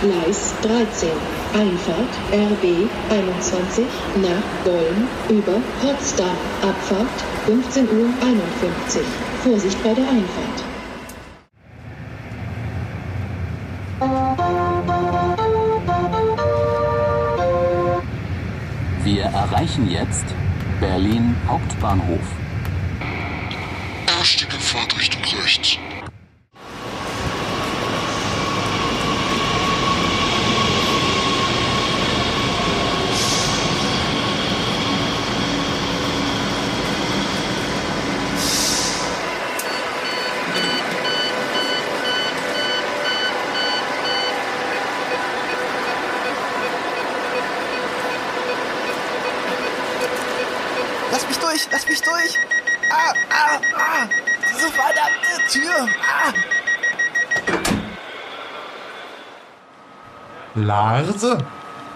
Gleis 13. Einfahrt RB 21 nach Golm über Potsdam. Abfahrt 15.51 Uhr. Vorsicht bei der Einfahrt. Wir erreichen jetzt Berlin Hauptbahnhof. Ausstieg in Fahrtrichtung rechts. Lass mich durch, lass mich durch! Ah, ah, ah! Diese verdammte Tür! Ah! Larse,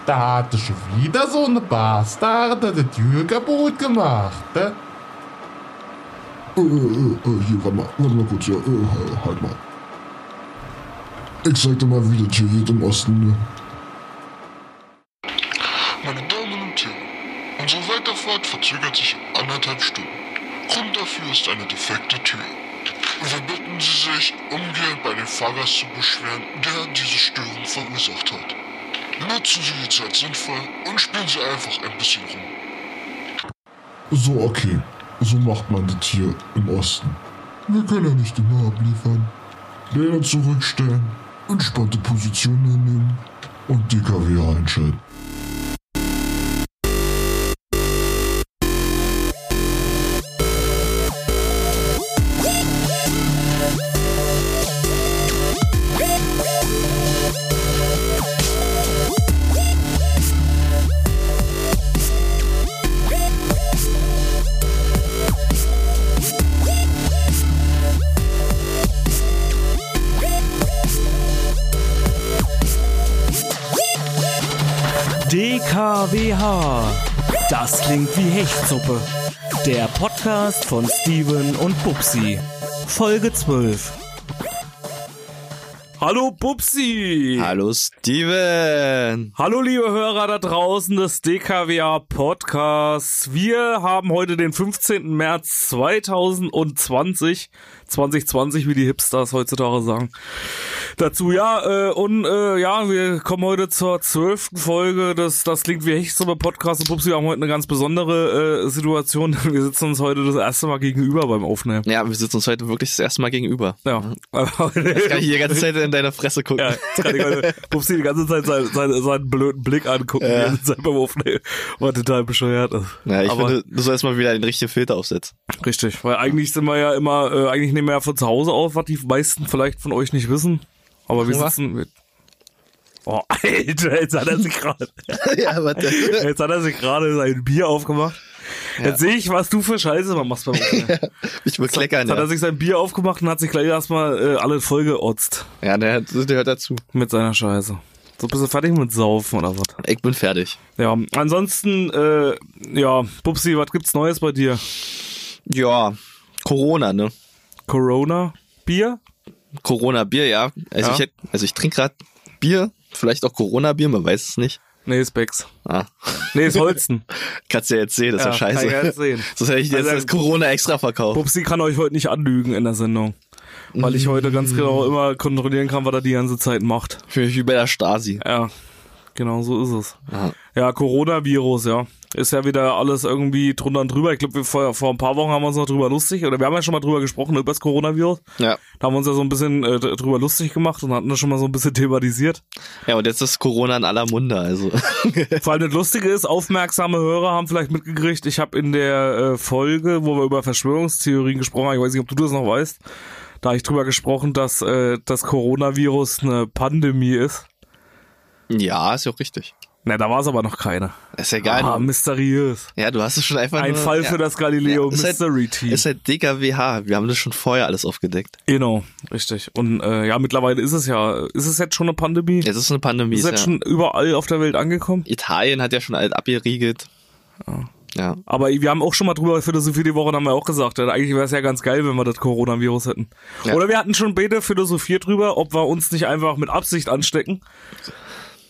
da hat schon wieder so ein Bastard die Tür kaputt gemacht. hä? Äh, äh, äh, hier, warte mal, warte mal kurz, ja, äh, halt mal. Ich zeig dir mal, wie das hier geht im Osten. ne? Meine Damen und Herren, unsere Weiterfahrt verzögert sich um anderthalb Stunden. Grund dafür ist eine defekte Tür. Wir bitten Sie sich, umgehend bei dem Fahrgast zu beschweren, der diese Störung verursacht hat. Nutzen Sie die Zeit sinnvoll und spielen Sie einfach ein bisschen rum. So, okay. So macht man das hier im Osten. Wir können ja nicht immer abliefern. Lehrer zurückstellen, entspannte Position einnehmen und DKW einschalten. DKWH. Das klingt wie Hechtsuppe. Der Podcast von Steven und Bubsi. Folge 12. Hallo Bubsi. Hallo Steven! Hallo liebe Hörer da draußen des DKWA Podcasts. Wir haben heute den 15. März 2020. 2020, wie die Hipsters heutzutage sagen. Dazu, ja, äh, und äh, ja, wir kommen heute zur zwölften Folge des Das klingt wie Hechtsuppe Podcast und Pups, wir haben heute eine ganz besondere äh, Situation. Wir sitzen uns heute das erste Mal gegenüber beim Aufnehmen. Ja, wir sitzen uns heute wirklich das erste Mal gegenüber. Ja. Ich kann hier die ganze Zeit in deiner Fresse gucken. Ja, jetzt kann ich heute Pupsi die ganze Zeit seinen, seinen, seinen blöden Blick angucken, die Ja. ganze Zeit beim Aufnehmen, was total bescheuert ist. Ja, ich Aber finde, du sollst mal wieder den richtigen Filter aufsetzen. richtig, weil eigentlich sind wir ja immer, äh, eigentlich nehmen wir ja von zu Hause auf, was die meisten vielleicht von euch nicht wissen. Aber wir Ja. sitzen mit. Oh, Alter, jetzt hat er sich gerade. ja, warte. Jetzt hat er sich gerade sein Bier aufgemacht. Jetzt sehe ich, was du für Scheiße immer machst beim Aufnehmen. Jetzt Ich will kleckern, hat er ja. sich sein Bier aufgemacht und hat sich gleich erstmal äh, alle vollgeotzt Ja, der, der hört dazu. mit seiner Scheiße. So bist du fertig mit Saufen oder was? Ich bin fertig. Ja, ansonsten, äh, ja, Pupsi, was gibt's Neues bei dir? Ja, Corona, ne? Corona? Bier? Corona-Bier, ja. Also Ja. ich, hätt, also ich trinke gerade Bier, vielleicht auch Corona-Bier, man weiß es nicht. Nee, ist Becks. Ah. Nee, ist Holzen. Kannst du ja jetzt sehen, das ist ja, Ja, scheiße. kann ich ja jetzt sehen. Sonst hätte ich dir jetzt Also- das Corona extra verkauft. Pupsi kann euch heute nicht anlügen in der Sendung. Weil ich heute ganz genau immer kontrollieren kann, was er die ganze Zeit macht. Für mich wie bei der Stasi. Ja, genau so ist es. Ja. Ja, Coronavirus, ja. Ist ja wieder alles irgendwie drunter und drüber. Ich glaube, wir vor, vor ein paar Wochen haben wir uns noch drüber lustig, oder wir haben ja schon mal drüber gesprochen, über das Coronavirus. ja. Da haben wir uns ja so ein bisschen äh, drüber lustig gemacht und hatten das schon mal so ein bisschen thematisiert. Ja, und jetzt ist Corona in aller Munde, also. Vor allem das Lustige ist, aufmerksame Hörer haben vielleicht mitgekriegt, ich habe in der äh, Folge, wo wir über Verschwörungstheorien gesprochen haben, ich weiß nicht, ob du das noch weißt, da habe ich drüber gesprochen, dass äh, das Coronavirus eine Pandemie ist. ja, ist ja auch richtig. Na, da war es aber noch keine. Ist ja geil. ah, mysteriös. Ja, du hast es schon einfach Ein nur, Fall ja. für das Galileo ist halt- Mystery Team. Ist halt DKWH. Wir haben das schon vorher alles aufgedeckt. genau, richtig. Und äh, ja, mittlerweile ist es ja, ist es jetzt schon eine Pandemie? Es ist eine Pandemie. ist halt ist jetzt ja. schon überall auf der Welt angekommen? Italien hat ja schon alles abgeriegelt. Ja. Aber wir haben auch schon mal drüber Philosophie die Woche, da haben wir auch gesagt, ja, eigentlich wäre es ja ganz geil, wenn wir das Coronavirus hätten. Ja. Oder wir hatten schon beide philosophiert drüber, ob wir uns nicht einfach mit Absicht anstecken.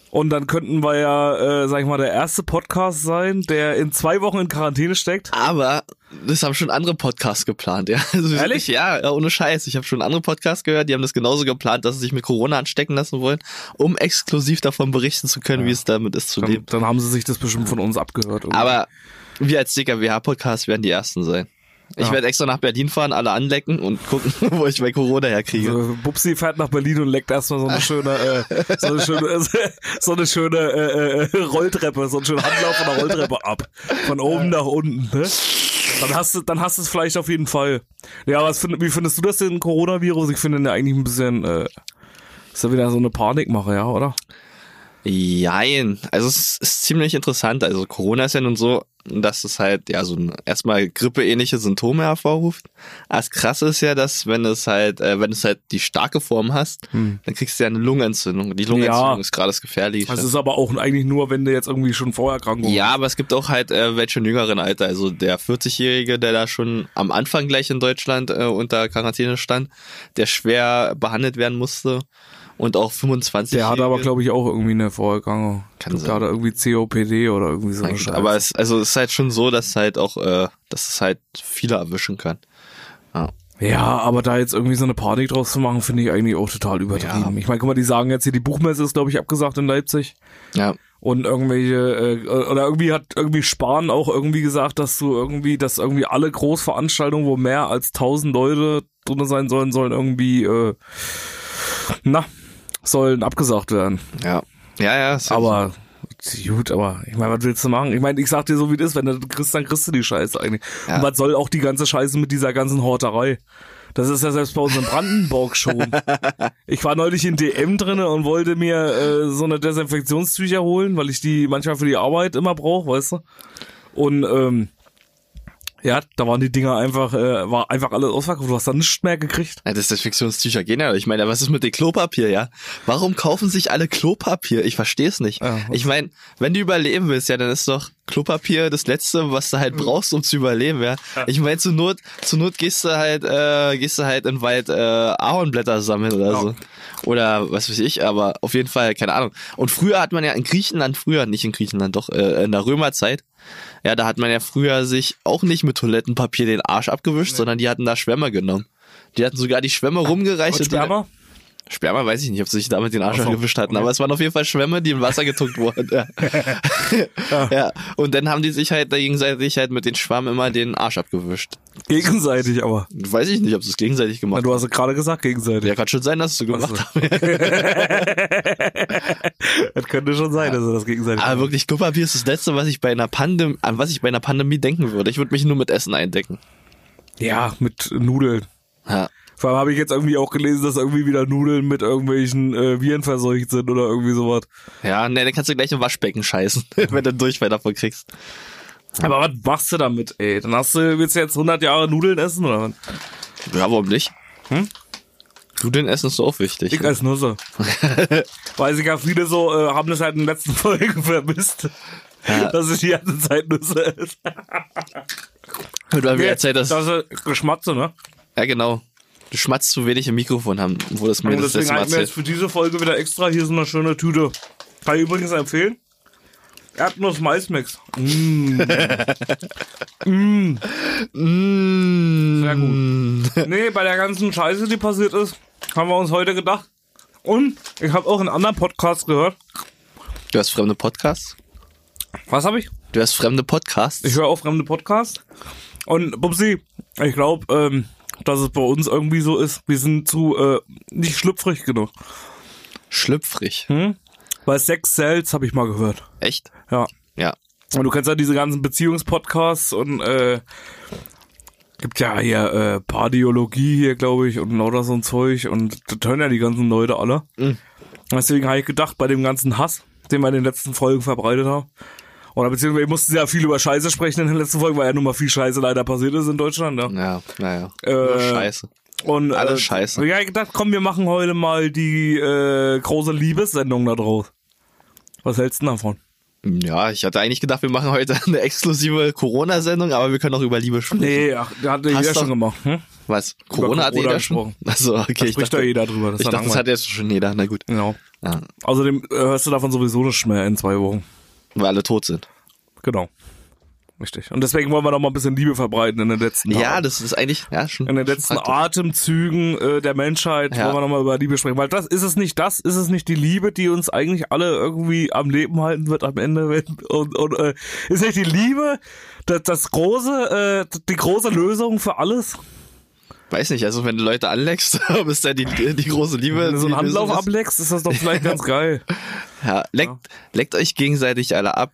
Und dann könnten wir ja, äh, sag ich mal, der erste Podcast sein, der in zwei Wochen in Quarantäne steckt. Aber das haben schon andere Podcasts geplant, ja. Also wir sind Ehrlich? nicht- Ja, ja, ohne Scheiß. Ich habe schon andere Podcasts gehört, die haben das genauso geplant, dass sie sich mit Corona anstecken lassen wollen, um exklusiv davon berichten zu können, wie es damit ist zu Dann, leben. dann haben sie sich das bestimmt von uns abgehört. irgendwie. Ah, Aber wir als DKWH-Podcast werden die Ersten sein. Ich Ja. werde extra nach Berlin fahren, alle anlecken und gucken, wo ich mein Corona herkriege. Also, Bubsi fährt nach Berlin und leckt erstmal so eine schöne, äh, so eine schöne, so eine schöne äh, äh, Rolltreppe, so einen schönen Handlauf von der Rolltreppe ab. Von oben nach unten, ne? Dann hast du, dann hast du es vielleicht auf jeden Fall. Ja, was find, wie findest du das denn, Coronavirus? Ich finde den ja eigentlich ein bisschen, äh, ist ja wieder so eine Panikmache, ja, oder? Jein. Also es ist ziemlich interessant. Also Corona ist ja nun so, dass es halt ja so ein, erstmal grippeähnliche Symptome hervorruft. Aber das krasse ist ja, dass wenn es halt, äh, wenn es halt die starke Form hast, dann kriegst du ja eine Lungenentzündung. Die Lungenentzündung Hm. Ja. ist gerade das Gefährliche. Also Es ist aber auch eigentlich nur, wenn du jetzt irgendwie schon Vorerkrankungen ja, aber es gibt auch halt äh, welche im jüngeren Alter. Also der 40-Jährige, der da schon am Anfang gleich in Deutschland äh, unter Quarantäne stand, der schwer behandelt werden musste. Und auch 25 Der hat aber, glaube ich, auch irgendwie eine Vorerkrankung. Kann Ich glaub, sein. Der hat irgendwie COPD oder irgendwie so. eine Eigentlich, Scheiße. aber es, also es ist halt schon so, dass halt auch, äh, dass es halt viele erwischen kann. Ja, aber da jetzt irgendwie so eine Panik draus zu machen, finde ich eigentlich auch total übertrieben. Ich meine, guck mal, die sagen jetzt hier, die Buchmesse ist, glaube ich, abgesagt in Leipzig. Ja. Und irgendwelche, äh, oder irgendwie hat irgendwie Spahn auch irgendwie gesagt, dass du irgendwie, dass irgendwie alle Großveranstaltungen, wo mehr als 1000 Leute drin sein sollen, sollen irgendwie, äh, na, sollen abgesagt werden. Ja. Ja, ja. ist- halt Aber gut, aber ich meine, was willst du machen? Ich meine, ich sag dir so, wie es ist, wenn du das kriegst, dann kriegst du die Scheiße eigentlich. Ja. Und was soll auch die ganze Scheiße mit dieser ganzen Horterei? Das ist ja selbst bei uns in Brandenburg schon. Ich war neulich in DM drinne und wollte mir äh, so eine Desinfektionstücher holen, weil ich die manchmal für die Arbeit immer brauche, weißt du? Und ähm, ja, da waren die Dinger einfach, äh, war einfach alles ausverkauft. Du hast da nichts mehr gekriegt. Ja, das Desinfektionstücher gehen ja. Ich meine, was ist mit dem Klopapier, ja? Warum kaufen sich alle Klopapier? Ich verstehe es nicht. Ja. ich meine, wenn du überleben willst, ja, dann ist doch Klopapier das Letzte, was du halt brauchst, um zu überleben, ja. Ich meine, zur Not, zur Not gehst du halt, äh, gehst du halt in den Wald äh, Ahornblätter sammeln oder so. Oder was weiß ich, aber auf jeden Fall, keine Ahnung. Und früher hat man ja in Griechenland, früher, nicht in Griechenland, doch, äh, in der Römerzeit, ja, da hat man ja früher sich auch nicht mit Toilettenpapier den Arsch abgewischt, sondern die hatten da Schwämme genommen. Die hatten sogar die Schwämme rumgereicht. Und die- Sperma? Sperma weiß ich nicht, ob sie sich damit den Arsch Ach so, abgewischt hatten, okay. aber es waren auf jeden Fall Schwämme, die im Wasser getunkt wurden. Ja. Ah. ja. Und dann haben die sich halt da gegenseitig halt mit den Schwamm immer den Arsch abgewischt. Gegenseitig aber. Weiß ich nicht, ob sie es gegenseitig Na, gemacht haben. du Also, hast es gerade gesagt, gegenseitig. Ja, kann schon sein, dass sie es gemacht haben. Das könnte schon sein, dass er das gegenseitig Aber wirklich, Klopapier ist das Letzte, was ich bei einer Pandemie, an was ich bei einer Pandemie denken würde. Ich würde mich nur mit Essen eindecken. Ja, mit Nudeln. Ja. Vor allem habe ich jetzt irgendwie auch gelesen, dass irgendwie wieder Nudeln mit irgendwelchen äh, Viren verseucht sind oder irgendwie sowas. Ja, ne, dann kannst du gleich im Waschbecken scheißen, wenn du einen Durchfall davon kriegst. Aber was machst du damit, ey? Dann hast du, willst du jetzt 100 Jahre Nudeln essen oder was? Ja, warum nicht? Hm? Nudeln essen ist doch auch wichtig. Ich also, als Nusse. Weiß ich ja, viele so äh, haben das halt in den letzten Folgen vermisst. Dass ich die ganze Zeit Nüsse esse. Hört mal, wie erzählt das. Das ist Geschmatze, ne? Ja, genau. Du schmatzt zu wenig im Mikrofon haben, wo das mir Und das letzte deswegen Mal habe ich mir jetzt erzählt. für diese Folge wieder extra hier so eine schöne Tüte. Kann ich übrigens empfehlen. Erdnuss-Mais-Mix. Mm. Mmh. Mm. Sehr gut. Nee, bei der ganzen Scheiße, die passiert ist, haben wir uns heute gedacht. Und ich habe auch einen anderen Podcast gehört. Du hast fremde Podcasts? Was habe ich? Du hast fremde Podcasts? Ich höre auch fremde Podcasts. Und Bubsi, ich glaube, ähm, dass es bei uns irgendwie so ist. Wir sind zu äh, nicht schlüpfrig genug. Schlüpfrig. Hm? Bei Sex Cells habe ich mal gehört. Echt? Ja. Ja. Und du kennst ja diese ganzen Beziehungspodcasts und äh, gibt ja hier äh, Pardiologie hier, glaube ich, und lauter so ein Zeug und das hören ja die ganzen Leute alle. Deswegen habe ich gedacht, bei dem ganzen Hass, den wir in den letzten Folgen verbreitet haben, oder beziehungsweise wir mussten ja viel über Scheiße sprechen in den letzten Folgen, weil ja nun mal viel Scheiße leider passiert ist in Deutschland, ja. Ja, naja. Äh, Nur Scheiße. Und Alle äh, Scheiße. Ja, ich gedacht, komm, wir machen heute mal die äh, große Liebessendung da draus. Was hältst du denn davon? Ja, ich hatte eigentlich gedacht, wir machen heute eine exklusive Corona-Sendung, aber wir können auch über Liebe sprechen. Nee, ach, da hat Passt jeder doch. schon gemacht. Hm? Was? Corona Corona hatte jeder schon? gesprochen. Also Da okay, ich spricht dachte, doch jeder drüber. Das ich ist ja dachte, das hat jetzt schon jeder. Na gut, Genau. ja, Außerdem äh, hörst du davon sowieso nicht mehr in zwei Wochen. weil alle tot sind. Genau. Richtig. Und deswegen wollen wir noch mal ein bisschen Liebe verbreiten in den letzten Ja, Tagen. das ist eigentlich ja schon. in den letzten praktisch. Atemzügen äh, der Menschheit Ja. wollen wir nochmal über Liebe sprechen. Weil das ist es nicht, das ist es nicht die Liebe, die uns eigentlich alle irgendwie am Leben halten wird am Ende. Wenn, und und äh, ist nicht die Liebe das, das große, äh, die große Lösung für alles? Weiß nicht, also wenn du Leute anleckst, bist du ja die, die große Liebe. Wenn du so einen die Lösung Handlauf ist. ableckst, ist das doch vielleicht ganz geil. Ja, leckt, leckt euch gegenseitig alle ab.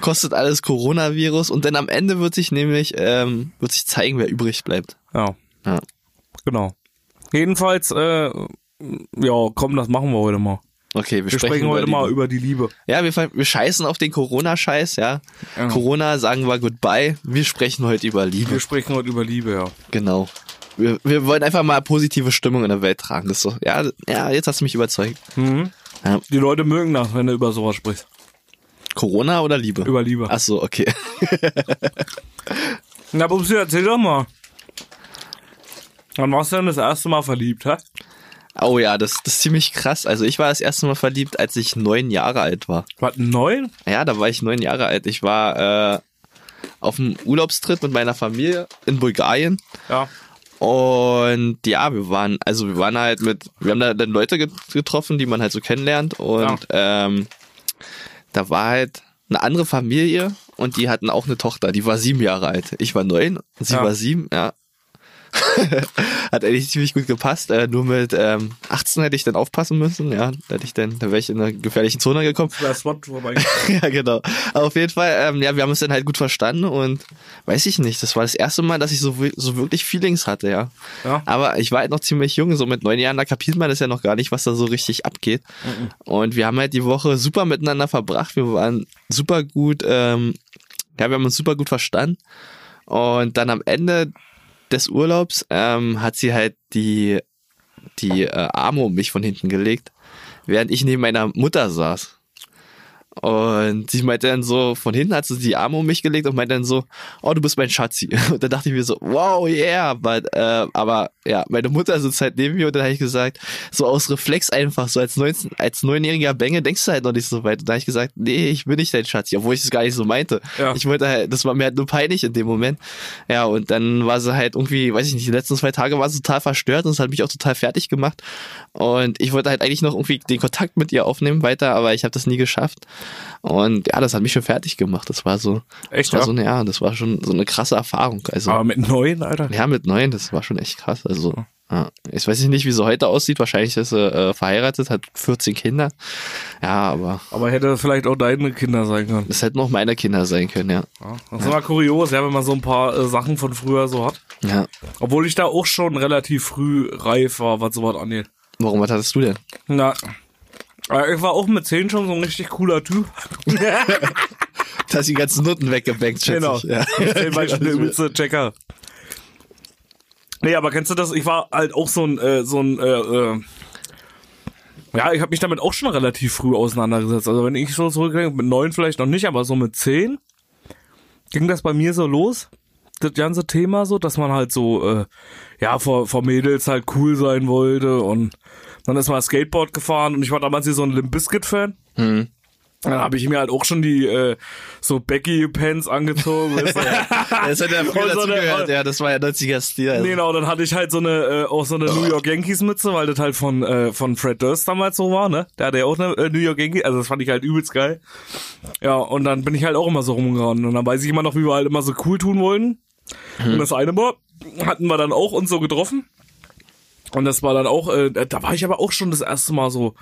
Kostet alles Coronavirus und dann am Ende wird sich nämlich ähm, wird sich zeigen, wer übrig bleibt. Ja. Ja. Genau. Jedenfalls, äh, ja, komm, das machen wir heute mal. Okay, wir, Wir sprechen, heute über mal die- über die Liebe. Ja, wir, ver- wir scheißen auf den Corona-Scheiß, ja. Corona sagen wir goodbye. Wir sprechen heute über Liebe. Wir sprechen heute über Liebe, ja. Genau. Wir, wir wollen einfach mal positive Stimmung in der Welt tragen. Das ist doch, ja, ja, jetzt hast du mich überzeugt. Mhm. Ja, Die Leute mögen das, wenn du über sowas sprichst. Corona oder Liebe? Über Liebe. Ach so, okay. Na, Bubsi, erzähl doch mal. Wann warst du denn das erste Mal verliebt, hä? Oh ja, das, das ist ziemlich krass. Also ich war das erste Mal verliebt, als ich neun Jahre alt war. Was, neun? Ja, da war ich neun Jahre alt. Ich war äh, auf einem Urlaubstrip mit meiner Familie in Bulgarien. Ja. Und ja, wir waren, also wir waren halt mit, wir haben da dann Leute get- getroffen, die man halt so kennenlernt. Und ähm, da war halt eine andere Familie und die hatten auch eine Tochter, die war sieben Jahre alt. Ich war neun, sie Ja. war sieben, ja. Hat eigentlich ziemlich gut gepasst. Äh, nur mit ähm, 18 hätte ich dann aufpassen müssen, ja. Da hätte ich dann, da wäre ich in einer gefährlichen Zone gekommen Da ist was vorbei. ja, genau. Aber auf jeden Fall, ähm, ja, wir haben uns dann halt gut verstanden und weiß ich nicht, das war das erste Mal, dass ich so, wi- so wirklich Feelings hatte, ja. Ja. Aber ich war halt noch ziemlich jung, so mit neun Jahren, da kapiert man das ja noch gar nicht, was da so richtig abgeht. Und wir haben halt die Woche super miteinander verbracht, wir waren super gut, ähm, ja, wir haben uns super gut verstanden. Und dann am Ende des Urlaubs ähm, hat sie halt die, die äh, Arme um mich von hinten gelegt, während ich neben meiner Mutter saß. Und sie meinte dann so, von hinten hat sie die Arme um mich gelegt und meinte dann so, oh, du bist mein Schatzi. Und dann dachte ich mir so, wow, yeah, but, äh, aber ja, meine Mutter sitzt halt neben mir und dann habe ich gesagt, so aus Reflex einfach, so als 19, als neunjähriger Benge denkst du halt noch nicht so weit. Und da habe ich gesagt, nee, ich bin nicht dein Schatzi, obwohl ich es gar nicht so meinte. Ja. Ich wollte halt, das war mir halt nur peinlich in dem Moment. Ja, und dann war sie halt irgendwie, weiß ich nicht, die letzten zwei Tage war sie total verstört und es hat mich auch total fertig gemacht. Und ich wollte halt eigentlich noch irgendwie den Kontakt mit ihr aufnehmen weiter, aber ich habe das nie geschafft. Und ja, das hat mich schon fertig gemacht. Das war so, Echt, das war ja? so eine, ja, das war schon so eine krasse Erfahrung. Also, Aber mit neun, Alter? ja, mit neun, das war schon echt krass. Also, ja. ich weiß nicht, wie sie heute aussieht. Wahrscheinlich ist sie äh, verheiratet, hat 14 Kinder. Ja, aber Aber hätte vielleicht auch deine Kinder sein können. das hätten auch meine Kinder sein können, ja. Ja. Das ist immer kurios, ja, wenn man so ein paar äh, Sachen von früher so hat. Ja. Obwohl ich da auch schon relativ früh reif war, was sowas angeht. Warum, was hattest du denn? Na, äh, ich war auch mit zehn schon so ein richtig cooler Typ. Du hast die ganzen Nutten weggebankt, schätze Genau. ich. Ja. Genau. Zehn war ich schon der übelste Checker. Nee, aber kennst du das? Ich war halt auch so ein, äh, so ein, äh, äh, ja, ich habe mich damit auch schon relativ früh auseinandergesetzt. Also wenn ich so zurückdenke, mit neun vielleicht noch nicht, aber so mit zehn ging das bei mir so los. Das ganze Thema so, dass man halt so, äh, ja, vor, vor Mädels halt cool sein wollte und dann ist mal Skateboard gefahren und ich war damals hier so ein Limp Bizkit Fan. Dann habe ich mir halt auch schon die äh, so Becky Pants angezogen. weißt du? Das hat ja früher Und so eine- dazugehört. Ja, das war ja 90er Stil. Also. Nee, Genau, dann hatte ich halt so eine äh, auch so eine New York Yankees Mütze, weil das halt von äh, von Fred Durst damals so war, ne? Der hatte ja auch eine äh, New York Yankees, also das fand ich halt übelst geil. Ja, und dann bin ich halt auch immer so rumgerannt und dann weiß ich immer noch, wie wir halt immer so cool tun wollten. Und das eine Mal hatten wir dann auch uns so getroffen. Und das war dann auch, äh, da war ich aber auch schon das erste Mal so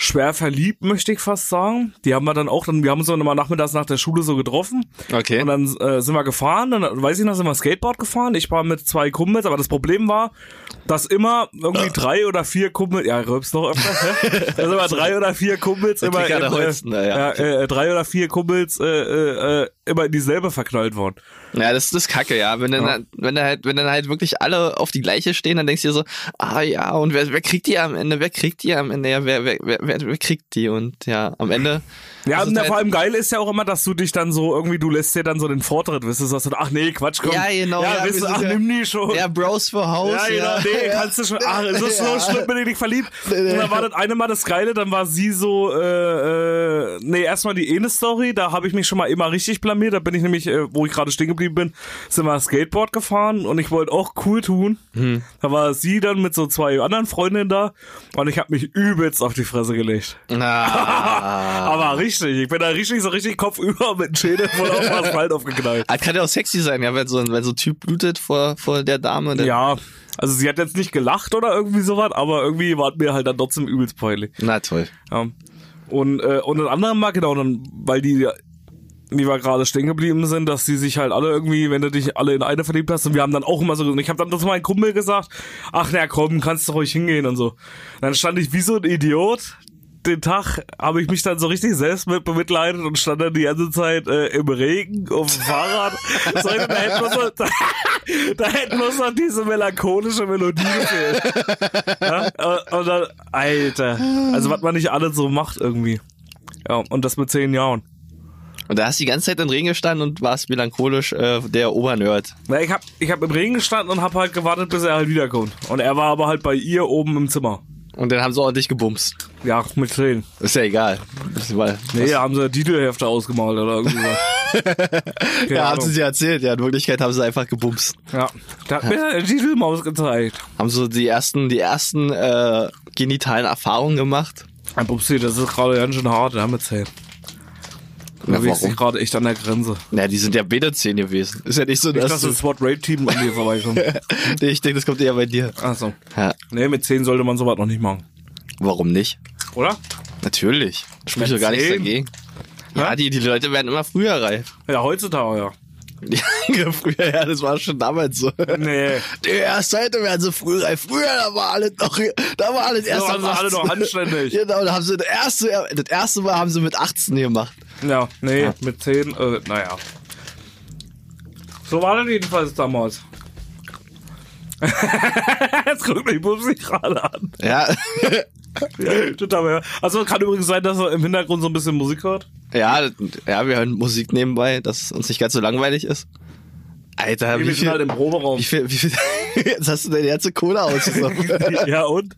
schwer verliebt, möchte ich fast sagen. Die haben wir dann auch, dann, wir haben uns dann immer nachmittags nach der Schule so getroffen. Okay. Und dann äh, sind wir gefahren, dann weiß ich noch, sind wir Skateboard gefahren. Ich war mit zwei Kumpels, aber das Problem war, dass immer Ah. irgendwie drei oder vier Kumpels, ja, rülpst noch öfter, ne? dass immer drei oder vier Kumpels immer Trick an der im, äh, Holsten, na ja. ja, äh, drei oder vier Kumpels äh, äh, äh, immer in dieselbe verknallt worden. Ja, das, das ist kacke, ja. Wenn dann, Ja. Wenn, dann halt, wenn dann halt wirklich alle auf die gleiche stehen, dann denkst du dir so, ah ja, und wer, wer kriegt die am Ende? Wer kriegt die am Ende? Ja, wer, wer, wer, wer, wer kriegt die? Und ja, am Ende. Ja, Das ist und na, halt- vor allem geil ist ja auch immer, dass du dich dann so irgendwie, du lässt dir dann so den Vortritt, weißt du, sagst du, ach nee, Quatsch, komm. Ja, genau, Ja, weißt ja, wir du, sind ach, ja- nimm die schon. Ja, Bros for House. Ja, genau, nee, kannst du schon. Ach, es ist Ja. so schlimm, bin ich nicht verliebt. Nee, nee. Und dann war das eine Mal das Geile, dann war sie so, äh, äh, nee, erstmal die eine Story, da habe ich mich schon mal immer richtig blamiert. Da bin ich nämlich, äh, wo ich gerade stehen geblieben bin, sind wir Skateboard gefahren und ich wollte auch cool tun. Hm. Da war sie dann mit so zwei anderen Freundinnen da und ich habe mich übelst auf die Fresse gelegt. Ah. Aber richtig, ich bin da richtig, so richtig kopfüber mit dem Schädel voll auf dem Asphalt aufgeknallt. Das kann ja auch sexy sein, ja, wenn so ein, wenn so ein Typ blutet vor, vor der Dame. Dann, Ja, also sie hat jetzt nicht gelacht oder irgendwie sowas, aber irgendwie war es mir halt dann trotzdem übelst peinlich. Na toll. Ja. Und, äh, und das andere Mal, genau, dann, weil die, die wir gerade stehen geblieben sind, dass die sich halt alle irgendwie, wenn du dich alle in eine verliebt hast, und wir haben dann auch immer so, und ich habe dann zu meinem Kumpel gesagt, ach na komm, kannst du ruhig hingehen und so. Und dann stand ich wie so ein Idiot. Den Tag habe ich mich dann so richtig selbst mit bemitleidet und stand dann die ganze Zeit äh, im Regen auf dem Fahrrad. So, da hätten wir so, da, da hätten wir so diese melancholische Melodie gefehlt. Ja, Äh, und dann, Alter. Also, was man nicht alles so macht irgendwie. Ja, und das mit zehn Jahren. Und da hast du die ganze Zeit in den Regen gestanden und warst melancholisch äh, der Obernerd. Na, ich hab, ich hab im Regen gestanden und hab halt gewartet, bis er halt wiederkommt. Und er war aber halt bei ihr oben im Zimmer. Und dann haben sie ordentlich gebumst. Ja, mit zehn. Ist ja egal. Ist mal- Nee, haben sie Titelhefte ausgemalt oder irgendwie was. Keine Ja, haben Ahnung. sie sie erzählt. Ja, in Wirklichkeit haben sie einfach gebumst. ja. Da hat mir eine Titelmaus gezeigt. Haben so die ersten, die ersten äh, genitalen Erfahrungen gemacht. Ein Upsi, das ist gerade ganz schön hart, ja, mit zehn. Du Na, bewegst warum? dich gerade echt an der Grenze. Na, die sind ja Bädezehen gewesen. Ist ja nicht so, Nicht, dass dass du, das SWAT-Raid-Team an dir vorbeikommt. nee, ich denke, das kommt eher bei dir. Achso. Ja, Nee, mit zehn sollte man sowas noch nicht machen. warum nicht? Oder? Natürlich. Sprich doch gar nichts Erzähl. dagegen. Ja, Ja? die, die Leute werden immer früher reif. Ja, heutzutage, ja. Ja, früher, ja, das war schon damals so. Nee. Die erst heute werden sie früh reif. Früher, da war alles noch, da war alles erst waren ab sie also alle noch 18. anständig. Genau, da haben sie das erste, das erste Mal haben sie mit 18 gemacht. Ja, nee, mit 10, äh, naja. So war das jedenfalls damals. Jetzt guckt mich Bubsi gerade an. Ja, Total, ja. Also kann übrigens sein, dass er im Hintergrund so ein bisschen Musik hört. ja, das- ja, wir hören Musik nebenbei, dass uns nicht ganz so langweilig ist. Alter, Wir wie sind viel, halt im Proberaum. wie viel, wie viel, jetzt hast du deine ganze Cola ausgesoffen. ja und?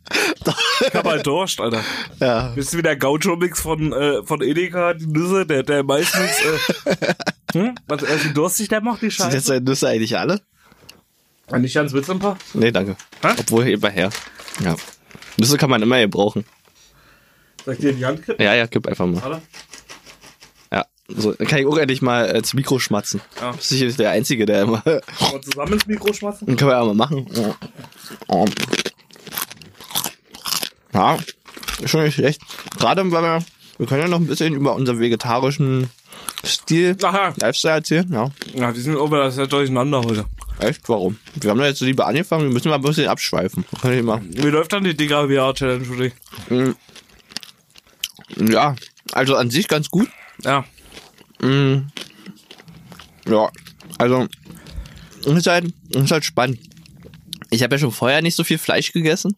Ich hab halt Durst, Alter. ja. Wisst ihr, wie der Gaucho-Mix von, äh, von Edeka, die Nüsse, der, der meistens, äh, hm? Was, äh, wie durstig der macht, die Sind jetzt halt- Scheiße? deine Nüsse eigentlich alle? Nicht ganz Witz ein paar? Nee, danke. Hä? Obwohl, eben her. Ja. Nüsse kann man immer gebrauchen. Sag dir die Hand kippen? Ja, ja, gib einfach mal. Warte. Ja. So, dann kann ich auch endlich mal äh, ins Mikro schmatzen. Ja. Bist sicher nicht der Einzige, der immer. Dann Wollen wir zusammen ins Mikro schmatzen? können wir ja mal machen. Ja. Ja, ist schon nicht schlecht. Gerade weil wir. Wir können ja noch ein bisschen über unseren vegetarischen Stil, Aha. Lifestyle erzählen. Ja. Ja, die sind over das ist ja durcheinander heute. Echt? Warum? Wir haben ja jetzt so lieber angefangen, wir müssen mal ein bisschen abschweifen. Kann ich mal. Wie läuft dann die DKWA-Challenge für dich? Ja, also an sich ganz gut. Ja. Ja, also es ist halt, es ist halt spannend. Ich habe ja schon vorher nicht so viel Fleisch gegessen,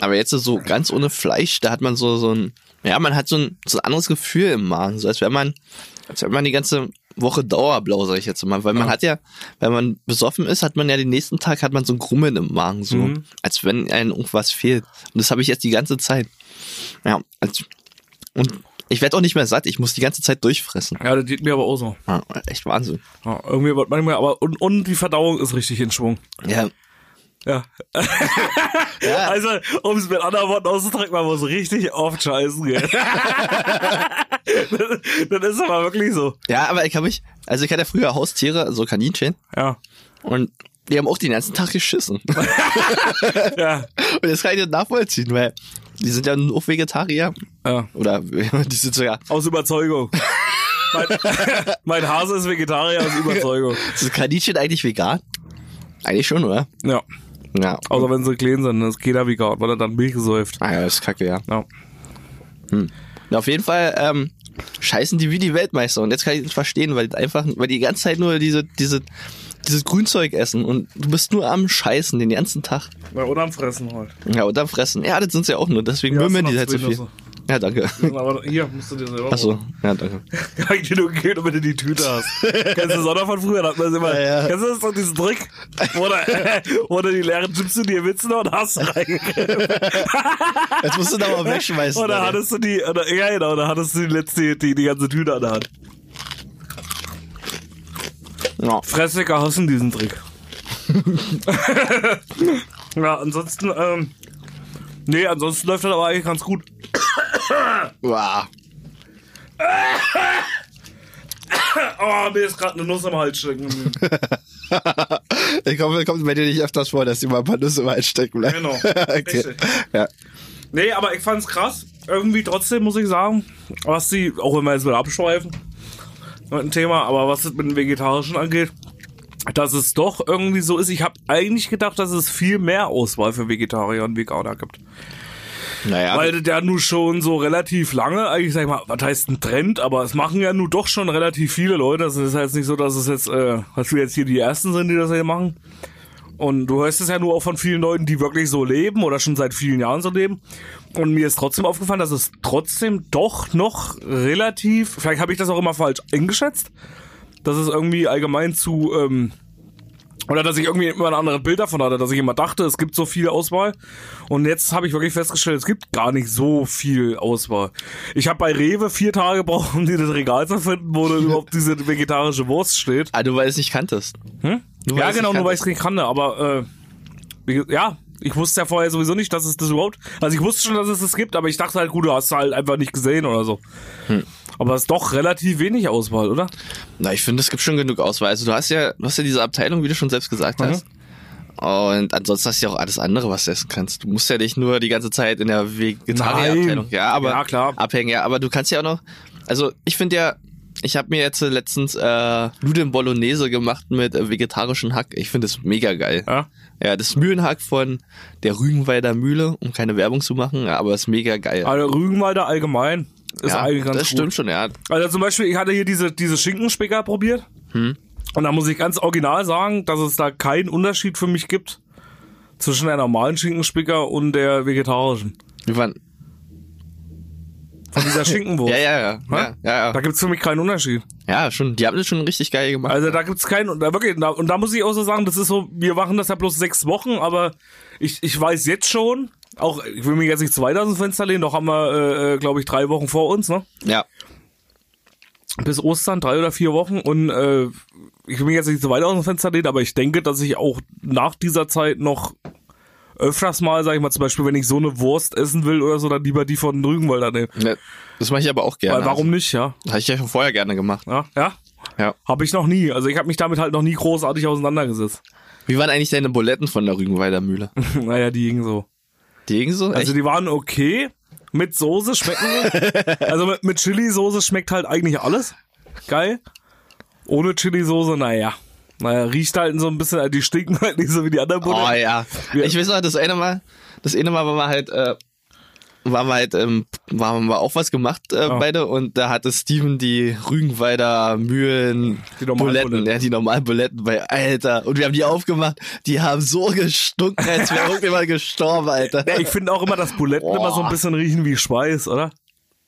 aber jetzt ist so ganz ohne Fleisch, da hat man so, so ein, ja, man hat so ein, so ein anderes Gefühl im Magen, so als wäre man, als wäre man die ganze Woche Dauerblau, sag ich jetzt mal, weil man hat ja, wenn man besoffen ist, hat man ja den nächsten Tag, hat man so ein Grummeln im Magen, so, als wenn einem irgendwas fehlt. Und das habe ich jetzt die ganze Zeit. Ja, als, und ich werde auch nicht mehr satt, ich muss die ganze Zeit durchfressen. Ja, das geht mir aber auch so. Ja, echt Wahnsinn. Ja, irgendwie wird manchmal, aber und, und die Verdauung ist richtig in Schwung. Ja, Ja. Also, um es mit anderen Worten auszudrücken, man muss richtig oft scheißen gehen. das, das ist aber wirklich so. Ja, aber ich habe mich, also ich hatte früher Haustiere, so Kaninchen, Ja. und die haben auch den ganzen Tag geschissen. und Ja. das kann ich nicht nachvollziehen, weil die sind ja nur auch Vegetarier. ja. Oder die sind sogar, Aus Überzeugung. mein, mein Hase ist Vegetarier aus Überzeugung. sind Kaninchen eigentlich vegan? Eigentlich schon, oder? Ja. Ja. Außer wenn sie clean sind, dann ist keiner vegan, weil er dann Milch säuft. Ah ja, das ist kacke, ja. Ja. Na, auf jeden Fall ähm, scheißen die wie die Weltmeister. Und jetzt kann ich das verstehen, weil die einfach, weil die die ganze Zeit nur diese, diese, dieses Grünzeug essen und du bist nur am Scheißen den ganzen Tag. Na, oder am Fressen halt. Ja, und am Fressen. Ja, das sind sie ja auch nur, deswegen Ja, mümmeln hast die du halt so noch viel. zwei Ja, danke. Aber hier musst du dir selber. Achso, ja, danke. Kann ich dir nur gehen, damit du die Tüte hast. Kennst du das auch noch von früher? Da hat man es immer. Ja, ja. Kennst du das noch, diesen Trick? Wo du, wo du die leeren Chips in dir willst und hast reingegriffen. Jetzt musst du da mal wegschmeißen. Und dann Alter. hattest du die, oder, ja genau, dann hattest du die letzte, die, die ganze Tüte an der Hand. Ja. Fresswecker hassen diesen Trick. ja, ansonsten, ähm, nee, ansonsten läuft das aber eigentlich ganz gut. Wow. Oh, mir ist gerade eine Nuss am Hals stecken. geblieben. Ich hoffe, kommt bei dir nicht öfters vor, dass dir mal ein paar Nüsse im Hals stecken bleiben. Genau. okay. Richtig. Ja. Nee, aber ich fand's krass. Irgendwie trotzdem, muss ich sagen, was die, auch wenn wir jetzt wieder abschweifen mit dem Thema, aber was das mit dem Vegetarischen angeht, dass es doch irgendwie so ist. Ich habe eigentlich gedacht, dass es viel mehr Auswahl für Vegetarier und Veganer gibt. Naja. Weil das ja nun schon so relativ lange, eigentlich sag ich mal, was heißt ein Trend, aber es machen ja nun doch schon relativ viele Leute. Also es ist jetzt nicht so, dass es jetzt, äh, dass wir jetzt hier die Ersten sind, die das hier machen. Und du hörst es ja nur auch von vielen Leuten, die wirklich so leben oder schon seit vielen Jahren so leben. Und mir ist trotzdem aufgefallen, dass es trotzdem doch noch relativ, vielleicht habe ich das auch immer falsch eingeschätzt, dass es irgendwie allgemein zu, ähm, oder dass ich irgendwie immer ein anderes Bild davon hatte, dass ich immer dachte, es gibt so viel Auswahl. Und jetzt habe ich wirklich festgestellt, es gibt gar nicht so viel Auswahl. Ich habe bei Rewe vier Tage gebraucht, um dir das Regal zu finden, wo dann überhaupt diese vegetarische Wurst steht. ah, du weil es nicht kanntest. Hm? Nur weil ja, es genau, nicht nur weil ich kanntest. es nicht kannte, aber äh, wie ge- ja, ich wusste ja vorher sowieso nicht, dass es das überhaupt. Also ich wusste schon, dass es das gibt, aber ich dachte halt, gut, du hast es halt einfach nicht gesehen oder so. Hm. Aber es ist doch relativ wenig Auswahl, oder? Na, ich finde, es gibt schon genug Auswahl. Also du hast ja, du hast ja diese Abteilung, wie du schon selbst gesagt hast. Und ansonsten hast du ja auch alles andere, was du essen kannst. Du musst ja nicht nur die ganze Zeit in der Vegetarierabteilung. Nein. Ja, aber Ja, klar. abhängen, ja. Aber du kannst ja auch noch. Also ich finde ja, ich habe mir jetzt letztens äh, Nudeln Bolognese gemacht mit äh, vegetarischen Hack. Ich finde das mega geil. Ja. Ja, das Mühlenhack von der Rügenweider Mühle, um keine Werbung zu machen, ja, aber ist mega geil. Also Rügenwalder allgemein ist ja, eigentlich ganz das gut. stimmt schon, ja. Also zum Beispiel, ich hatte hier diese, diese Schinkenspicker probiert. Hm. Und da muss ich ganz original sagen, dass es da keinen Unterschied für mich gibt zwischen der normalen Schinkenspicker und der vegetarischen. Wir waren, Von dieser Schinkenwurst. ja, ja, ja, Hä? ja, Da ja, ja. gibt's für mich keinen Unterschied. Ja, schon, die haben das schon richtig geil gemacht. Also da gibt's keinen, und da wirklich, da, und da muss ich auch so sagen, das ist so, wir machen das ja bloß sechs Wochen, aber ich, ich weiß jetzt schon, auch, ich will mich jetzt nicht zu weit aus dem Fenster lehnen, doch haben wir, äh, glaube ich, drei Wochen vor uns, ne? ja. bis Ostern, drei oder vier Wochen und äh, ich will mich jetzt nicht so weit aus dem Fenster lehnen, aber ich denke, dass ich auch nach dieser Zeit noch öfters mal, sag ich mal, zum Beispiel, wenn ich so eine Wurst essen will oder so, dann lieber die von Rügenwalder nehmen. Ne, Das mache ich aber auch gerne. Weil warum nicht, ja? Also, habe ich ja schon vorher gerne gemacht. Ja? ja? Ja. Habe ich noch nie. Also ich habe mich damit halt noch nie großartig auseinandergesetzt. Wie waren eigentlich deine Buletten von der Rügenweider Mühle? naja, die gingen so. Die gingen so? Also Echt? die waren okay. Mit Soße schmecken sie. also mit, mit Chili-Soße schmeckt halt eigentlich alles. Geil. Ohne Chili-Soße, naja. Naja, riecht halt so ein bisschen, die stinken halt nicht so wie die anderen Buletten. oh ja. Wir- Ich weiß noch, das eine Mal, das eine Mal waren wir halt, äh, waren wir halt, ähm, waren wir auch was gemacht, äh, Ja. beide, und da hatte Steven die Rügenweider Mühlen, Die normalen Buletten, Buletten. ja, die normalen Buletten bei, Alter. Und wir haben die aufgemacht, die haben so gestunken, als wäre irgendjemand gestorben, Alter. Ja, ich finde auch immer, dass Buletten Boah. immer so ein bisschen riechen wie Schweiß, oder?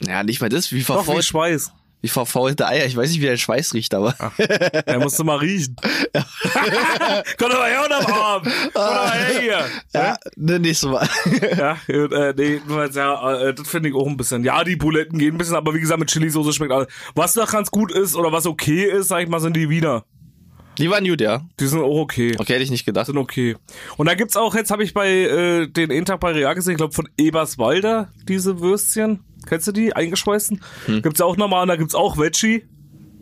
Ja, nicht mal das, Doch, wie wie verfault, Schweiß. wie verfaulte Eier. Ich weiß nicht, wie dein Schweiß riecht, aber. Er musste mal riechen. Komm doch mal her unterm Arm. Komm doch mal her hier. Ja, ne, nächstes Mal. Ja, gut, äh, nee, jedenfalls, ja, äh, das finde ich auch ein bisschen. Ja, die Buletten gehen ein bisschen, aber wie gesagt, mit Chili-Soße schmeckt alles. Was noch ganz gut ist oder was okay ist, sag ich mal, sind die Wiener. Die waren gut, ja. Die sind auch okay. Okay, hätte ich nicht gedacht. Sind okay. Und da gibt's auch, jetzt habe ich bei äh, den Intag bei Real gesehen, ich glaube von Eberswalder, diese Würstchen. Kennst du die? Eingeschweißten? Gibt's auch normal, und da gibt's auch Veggie.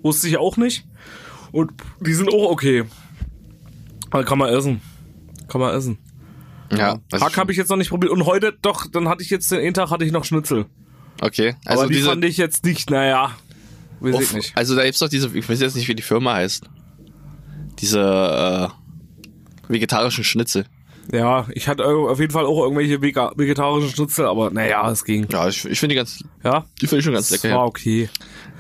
Wusste ich auch nicht. Und die sind auch okay. Aber kann man essen. Kann man essen. Ja. also Hack habe ich jetzt noch nicht probiert. Und heute, doch, dann hatte ich jetzt den Intag, hatte ich noch Schnitzel. Okay. Aber Also die diese. fand ich jetzt nicht, naja. Weiß ich Uff, nicht. also da gibt's doch diese, ich weiß jetzt nicht, wie die Firma heißt. Diese äh, vegetarischen Schnitzel. Ja, ich hatte irg- auf jeden Fall auch irgendwelche vega- vegetarischen Schnitzel, aber naja, es ging. Ja, ich, ich finde die ganz, Ja, die finde ich schon ganz es lecker. war Ja. okay.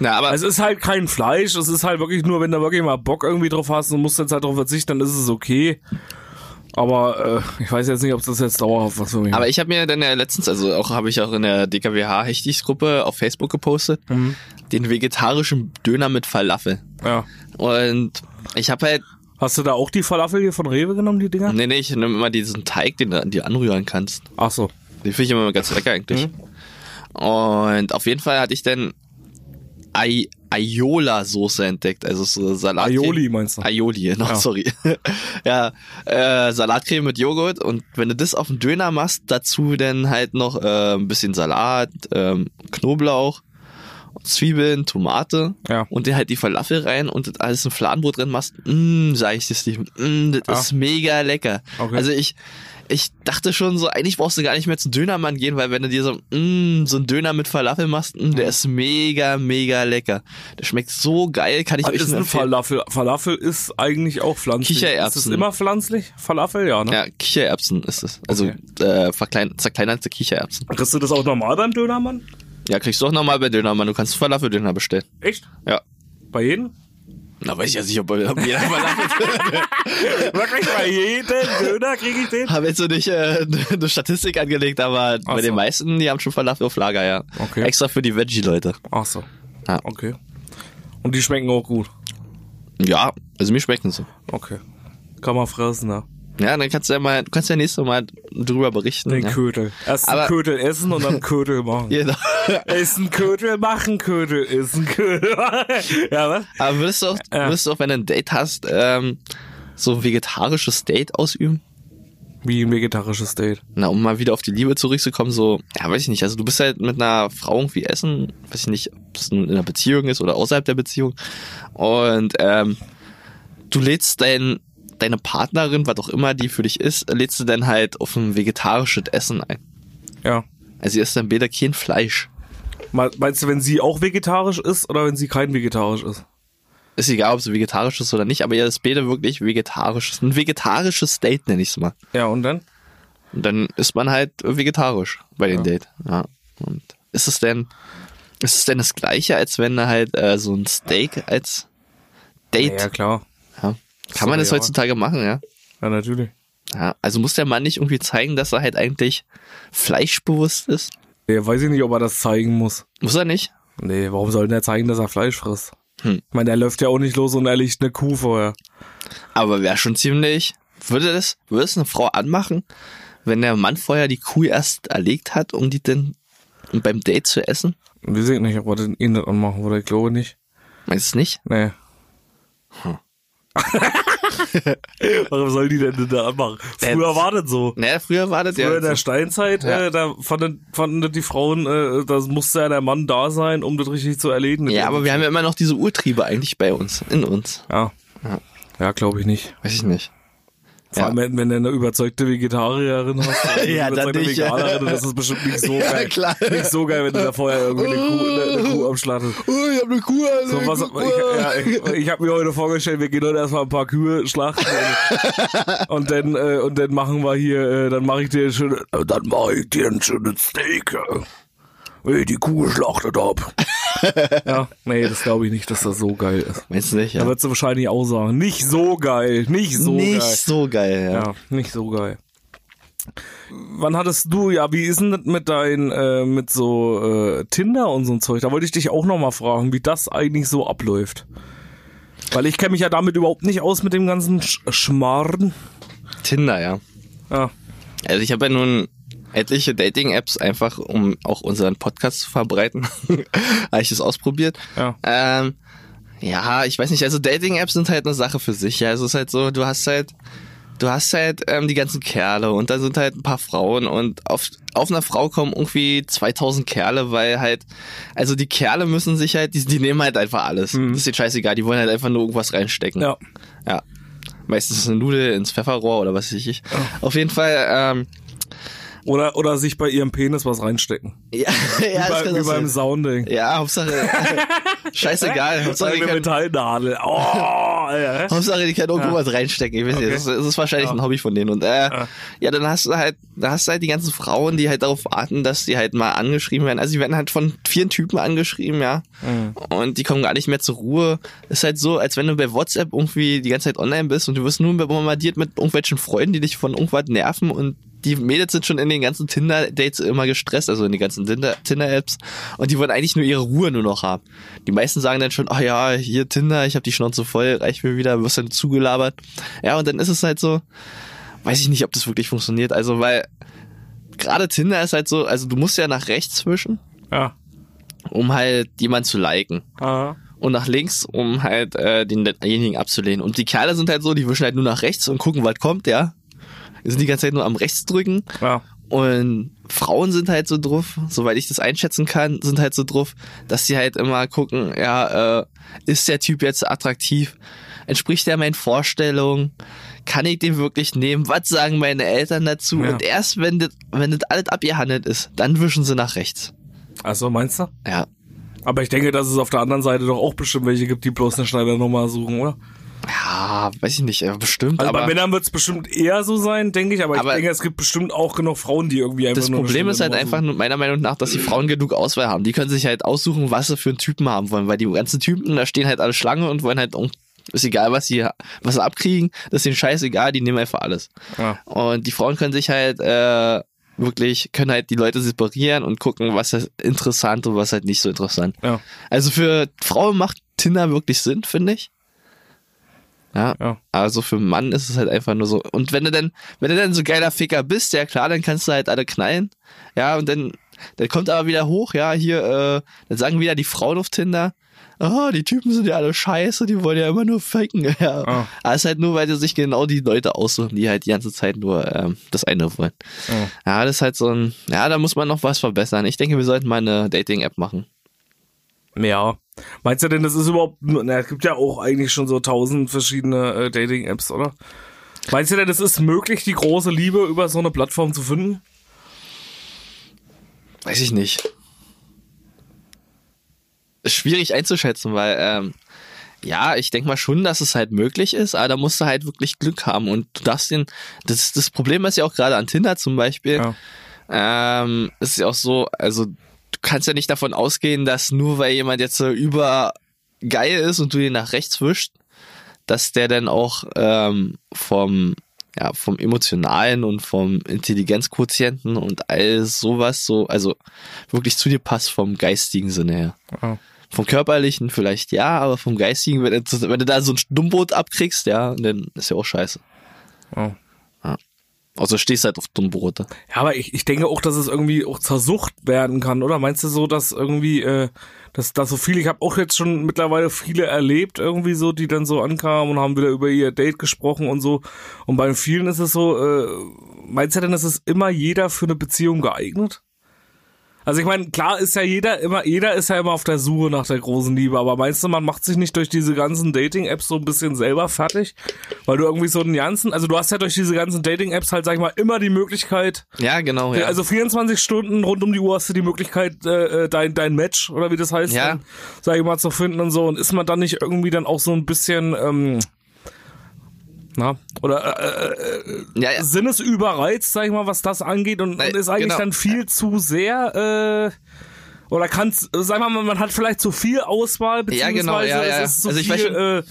Na, aber Es ist halt kein Fleisch, es ist halt wirklich nur, wenn du wirklich mal Bock irgendwie drauf hast und musst jetzt halt drauf verzichten, dann ist es okay. Aber äh, ich weiß jetzt nicht, ob das jetzt dauerhaft was für mich Aber ich habe mir dann ja letztens, also auch habe ich auch in der DKWH Hechtigs Gruppe auf Facebook gepostet, Mhm. den vegetarischen Döner mit Falafel. macht. ja. Und ich habe halt, Hast du da auch die Falafel hier von Rewe genommen, die Dinger? nee, nee, ich nehme immer diesen Teig, den du die anrühren kannst. Ach so. Die finde ich immer ganz lecker eigentlich. Und auf jeden Fall hatte ich dann Ai Aiola-Soße entdeckt, also so Salat. Aioli meinst du? Aioli, genau, Ja. sorry. ja, äh, Salatcreme mit Joghurt und wenn du das auf den Döner machst, dazu dann halt noch äh, ein bisschen Salat, ähm, Knoblauch, Zwiebeln, Tomate Ja. und dann halt die Falafel rein und das alles ein Fladenbrot drin machst, mh, sag ich das nicht, mh, das Ah. ist mega lecker. Okay. Also ich, ich dachte schon so, eigentlich brauchst du gar nicht mehr zum Dönermann gehen, weil wenn du dir so, mh, so einen Döner mit Falafel machst, mh, Mhm. der ist mega, mega lecker. Der schmeckt so geil, kann ich Was euch ist nur ein empfehlen. Falafel? Falafel ist eigentlich auch pflanzlich. Kichererbsen. Ist es immer pflanzlich? Falafel, ja, ne? Ja, Kichererbsen ist es. Also äh, verklein zerkleinerte Kichererbsen. Kriegst du das auch normal beim Dönermann? Ja, kriegst du auch nochmal bei Dönermann. Du kannst Falafel-Döner bestellen. Echt? Ja. Bei jedem? Na, weiß ich ja nicht, ob, ob jeder Falafel... Wirklich bei jedem Döner kriege ich den? Habe jetzt so nicht äh, eine Statistik angelegt, aber Ach bei den so. meisten, die haben schon Falafel auf Lager, ja. Okay. Extra für die Veggie-Leute. Ach so. Ja. Okay. Und die schmecken auch gut. ja, also mir schmecken sie. Okay. Kann man fressen, ne? Ja, dann kannst du ja mal, du kannst ja nächstes Mal drüber berichten. Den ja. Kötel. Erst Aber- einen Kötel essen und dann Kötel machen. Genau. Essen Kötel, machen Kötel, essen Kötel. ja, was? Aber würdest du auch, Ja. würdest du auch, wenn du ein Date hast, ähm, so ein vegetarisches Date ausüben? Wie ein vegetarisches Date. Na, um mal wieder auf die Liebe zurückzukommen, so, ja, weiß ich nicht, also du bist halt mit einer Frau irgendwie essen, weiß ich nicht, ob es nun in einer Beziehung ist oder außerhalb der Beziehung. Und ähm, du lädst dein, deine Partnerin, was auch immer die für dich ist, lädst du dann halt auf ein vegetarisches Essen ein. Ja. Also ihr isst dann weder kein Fleisch. Me- Meinst du, wenn sie auch vegetarisch ist oder wenn sie kein vegetarisch ist? Ist egal, ob es vegetarisch ist oder nicht, aber ihr isst beide wirklich vegetarisch. Ein vegetarisches Date nenne ich es mal. Ja, und dann? Und dann ist man halt vegetarisch bei dem Date. Ja. Und ist es denn, ist es denn das Gleiche, als wenn du halt äh, so ein Steak als Date? Ja, klar. ja. Kann man das Sorry, aber- heutzutage machen, ja? Ja, natürlich. ja? Also muss der Mann nicht irgendwie zeigen, dass er halt eigentlich fleischbewusst ist? Ja, weiß ich nicht, ob er das zeigen muss. Muss er nicht? Nee, warum soll denn er zeigen, dass er Fleisch frisst? Hm. Ich meine, der läuft ja auch nicht los und erlegt eine Kuh vorher. Aber wäre schon ziemlich. Würde das, würde es eine Frau anmachen, wenn der Mann vorher die Kuh erst erlegt hat, um die dann beim Date zu essen? Wir sehen nicht, ob er den ihn das anmachen würde. Ich glaube nicht. Meinst du nicht? Nee. Hm. Warum soll die denn da anmachen? Früher war das so. Naja, früher war das Früher in ja. der Steinzeit, Ja. äh, da fanden, fanden das die Frauen, äh, da musste ja der Mann da sein, um das richtig zu erledigen. Ja, aber wir haben ja immer noch diese Urtriebe eigentlich bei uns, in uns. Ja, Ja. ja glaube ich nicht. Weiß ich nicht. Vor Ja. allem, wenn, wenn du eine überzeugte Vegetarierin hast. oder eine Ja, dann überzeugte nicht, ja. Veganerin, das ist bestimmt nicht so Ja, geil. klar. Nicht so geil, wenn du da vorher irgendwie eine Kuh, eine, eine Kuh am Start hast. Oh, ich hab eine Kuh, also So, was, ich ja, ich, ich habe mir heute vorgestellt, wir gehen heute erstmal ein paar Kühe schlachten und, und dann äh, und dann machen wir hier, äh, dann mache ich dir schön, dann mache ich dir ein schönes Steak. ja. Wenn ich die Kuh geschlachtet hab. ja, nee, das glaube ich nicht, dass das so geil ist. Meinst du nicht? Ja. Da würdest du wahrscheinlich auch sagen, nicht so geil, nicht so nicht geil. so geil, ja. Ja, nicht so geil. Wann hattest du, ja, wie ist denn das mit dein, äh, mit so äh, Tinder und so ein Zeug? Da wollte ich dich auch nochmal fragen, wie das eigentlich so abläuft. Weil ich kenne mich ja damit überhaupt nicht aus mit dem ganzen Sch Schmarrn. Tinder, ja. Ja, Also ich habe ja nun etliche Dating-Apps einfach, um auch unseren Podcast zu verbreiten. habe ich das ausprobiert. Ja. Ähm, ja, ich weiß nicht. Also Dating-Apps sind halt eine Sache für sich. Ja, also es ist halt so, du hast halt, du hast halt ähm, die ganzen Kerle und da sind halt ein paar Frauen und auf auf einer Frau kommen irgendwie 2000 Kerle, weil halt, also die Kerle müssen sich halt, die, die nehmen halt einfach alles. Das ist denen scheißegal, die wollen halt einfach nur irgendwas reinstecken. Mhm. ja. Ja. Meistens eine Nudel ins Pfefferrohr oder was weiß ich. Auf jeden Fall ähm, Oder, oder sich bei ihrem Penis was reinstecken. Ja, ja, Bei, das kann wie auch beim sein. Sounding. Ja, Hauptsache. Scheißegal. Hauptsache, die Eine kann, Metallnadel. Oh, Alter. Hauptsache, die kann irgendwo was reinstecken. Ich weiß nicht, das, ist- das ist wahrscheinlich ein Hobby von denen. Und äh, ja. dann hast du halt, da hast du halt die ganzen Frauen, die halt darauf warten, dass die halt mal angeschrieben werden. Also die werden halt von vielen Typen angeschrieben, ja. Und die kommen gar nicht mehr zur Ruhe. Ist halt so, als wenn du bei WhatsApp irgendwie die ganze Zeit online bist und du wirst nur bombardiert mit irgendwelchen Freunden, die dich von irgendwas nerven und die Mädels sind schon in den ganzen Tinder-Dates immer gestresst, also in den ganzen Tinder- Tinder-Apps. Und die wollen eigentlich nur ihre Ruhe nur noch haben. Die meisten sagen dann schon, ah ja, hier Tinder, ich habe die Schnauze voll, reich mir wieder, wirst dann zugelabert. Ja, und dann ist es halt so, weiß ich nicht, ob das wirklich funktioniert. Also, weil gerade Tinder ist halt so, also du musst ja nach rechts wischen, Ja. um halt jemanden zu liken. Ah. Und nach links, um halt äh, denjenigen abzulehnen. Und die Kerle sind halt so, die wischen halt nur nach rechts und gucken, was kommt, ja. Die sind die ganze Zeit nur am rechts drücken. Ja. Und Frauen sind halt so drauf, soweit ich das einschätzen kann, sind halt so drauf, dass sie halt immer gucken, ja, äh, ist der Typ jetzt attraktiv? Entspricht er meinen Vorstellungen? Kann ich den wirklich nehmen? Was sagen meine Eltern dazu? Ja. Und erst wenn das, wenn das alles abgehandelt ist, dann wischen sie nach rechts. Also meinst du? Ja. Aber ich denke, dass es auf der anderen Seite doch auch bestimmt welche gibt, die bloß eine Schneidernummer suchen, oder? Ja, weiß ich nicht, ja, bestimmt. Also bei aber Männern wird es bestimmt eher so sein, denke ich, aber, Aber- ich denke, es gibt bestimmt auch genug Frauen, die irgendwie einfach das nur eine Problem ist halt Schneidernummer einfach nur meiner Meinung nach, dass die Frauen genug Auswahl haben. Die können sich halt aussuchen, was sie für einen Typen haben wollen, weil die ganzen Typen, da stehen halt alle Schlange und wollen halt, irgend- ist egal, was sie, was sie abkriegen, das ist ihnen scheißegal, die nehmen einfach alles. Ja. Und die Frauen können sich halt, äh, wirklich, können halt die Leute separieren und gucken, was ist interessant und was halt nicht so interessant. Ja. Also für Frauen macht Tinder wirklich Sinn, finde ich. Ja, Ja. also für einen Mann ist es halt einfach nur so. Und wenn du dann, wenn du dann so geiler Ficker bist, ja klar, dann kannst du halt alle knallen. Ja, und dann, dann kommt aber wieder hoch, ja, hier, äh, dann sagen wieder die Frauen auf Tinder, ah, die Typen sind ja alle scheiße, die wollen ja immer nur ficken. Ja. Ah. Aber es ist halt nur, weil sie sich genau die Leute aussuchen, die halt die ganze Zeit nur ähm, das eine wollen. Ah. Ja, das ist halt so ein, ja, da muss man noch was verbessern. Ich denke, wir sollten mal eine Dating-App machen. suchen. Ja. Meinst du denn, das ist überhaupt, na, es gibt ja auch eigentlich schon so tausend verschiedene äh, Dating-Apps, oder? Meinst du denn, es ist möglich, die große Liebe über so eine Plattform zu finden? Weiß ich nicht. Ist schwierig einzuschätzen, weil, ähm, ja, ich denke mal schon, dass es halt möglich ist, aber da musst du halt wirklich Glück haben und du darfst den, das, das Problem ist ja auch gerade an Tinder zum Beispiel, Ja. ähm, ist ja auch so, also du kannst ja nicht davon ausgehen, dass nur weil jemand jetzt so über geil ist und du ihn nach rechts wischst, dass der dann auch ähm, vom ja, vom emotionalen und vom Intelligenzquotienten und all sowas so, also wirklich zu dir passt vom geistigen Sinne her. Ja. Vom körperlichen vielleicht ja, aber vom geistigen, wenn du, wenn du da so ein Dummboot abkriegst, ja, dann ist ja auch scheiße. Ja. Also stehst halt auf Dummbrote. Ja, aber ich, ich denke auch, dass es irgendwie auch zur Sucht werden kann, oder? Meinst du so, dass irgendwie, äh, dass, dass so viele, ich habe auch jetzt schon mittlerweile viele erlebt, irgendwie so, die dann so ankamen und haben wieder über ihr Date gesprochen und so. Und bei vielen ist es so, äh, meinst du denn, dass es ist immer jeder für eine Beziehung geeignet? Also ich meine, klar ist ja jeder immer, jeder ist ja immer auf der Suche nach der großen Liebe, aber meinst du, man macht sich nicht durch diese ganzen Dating-Apps so ein bisschen selber fertig? Weil du irgendwie so einen ganzen, also du hast ja durch diese ganzen Dating-Apps halt, sag ich mal, immer die Möglichkeit, Ja, genau, ja. also 24 Stunden rund um die Uhr hast du die Möglichkeit, äh, äh, dein, dein Match oder wie das heißt, Ja. dann, sag ich mal, zu finden und so. Und ist man dann nicht irgendwie dann auch so ein bisschen, ähm, na, oder äh, äh, ja, ja. sinnesüberreizt, sag ich mal, was das angeht und, Nein, und ist eigentlich genau. dann viel zu sehr, äh, oder kann's, sag mal, man hat vielleicht zu viel Auswahl, Ja, beziehungsweise genau, ja, ja, ja. es ist zu Also ich weiß viel, äh,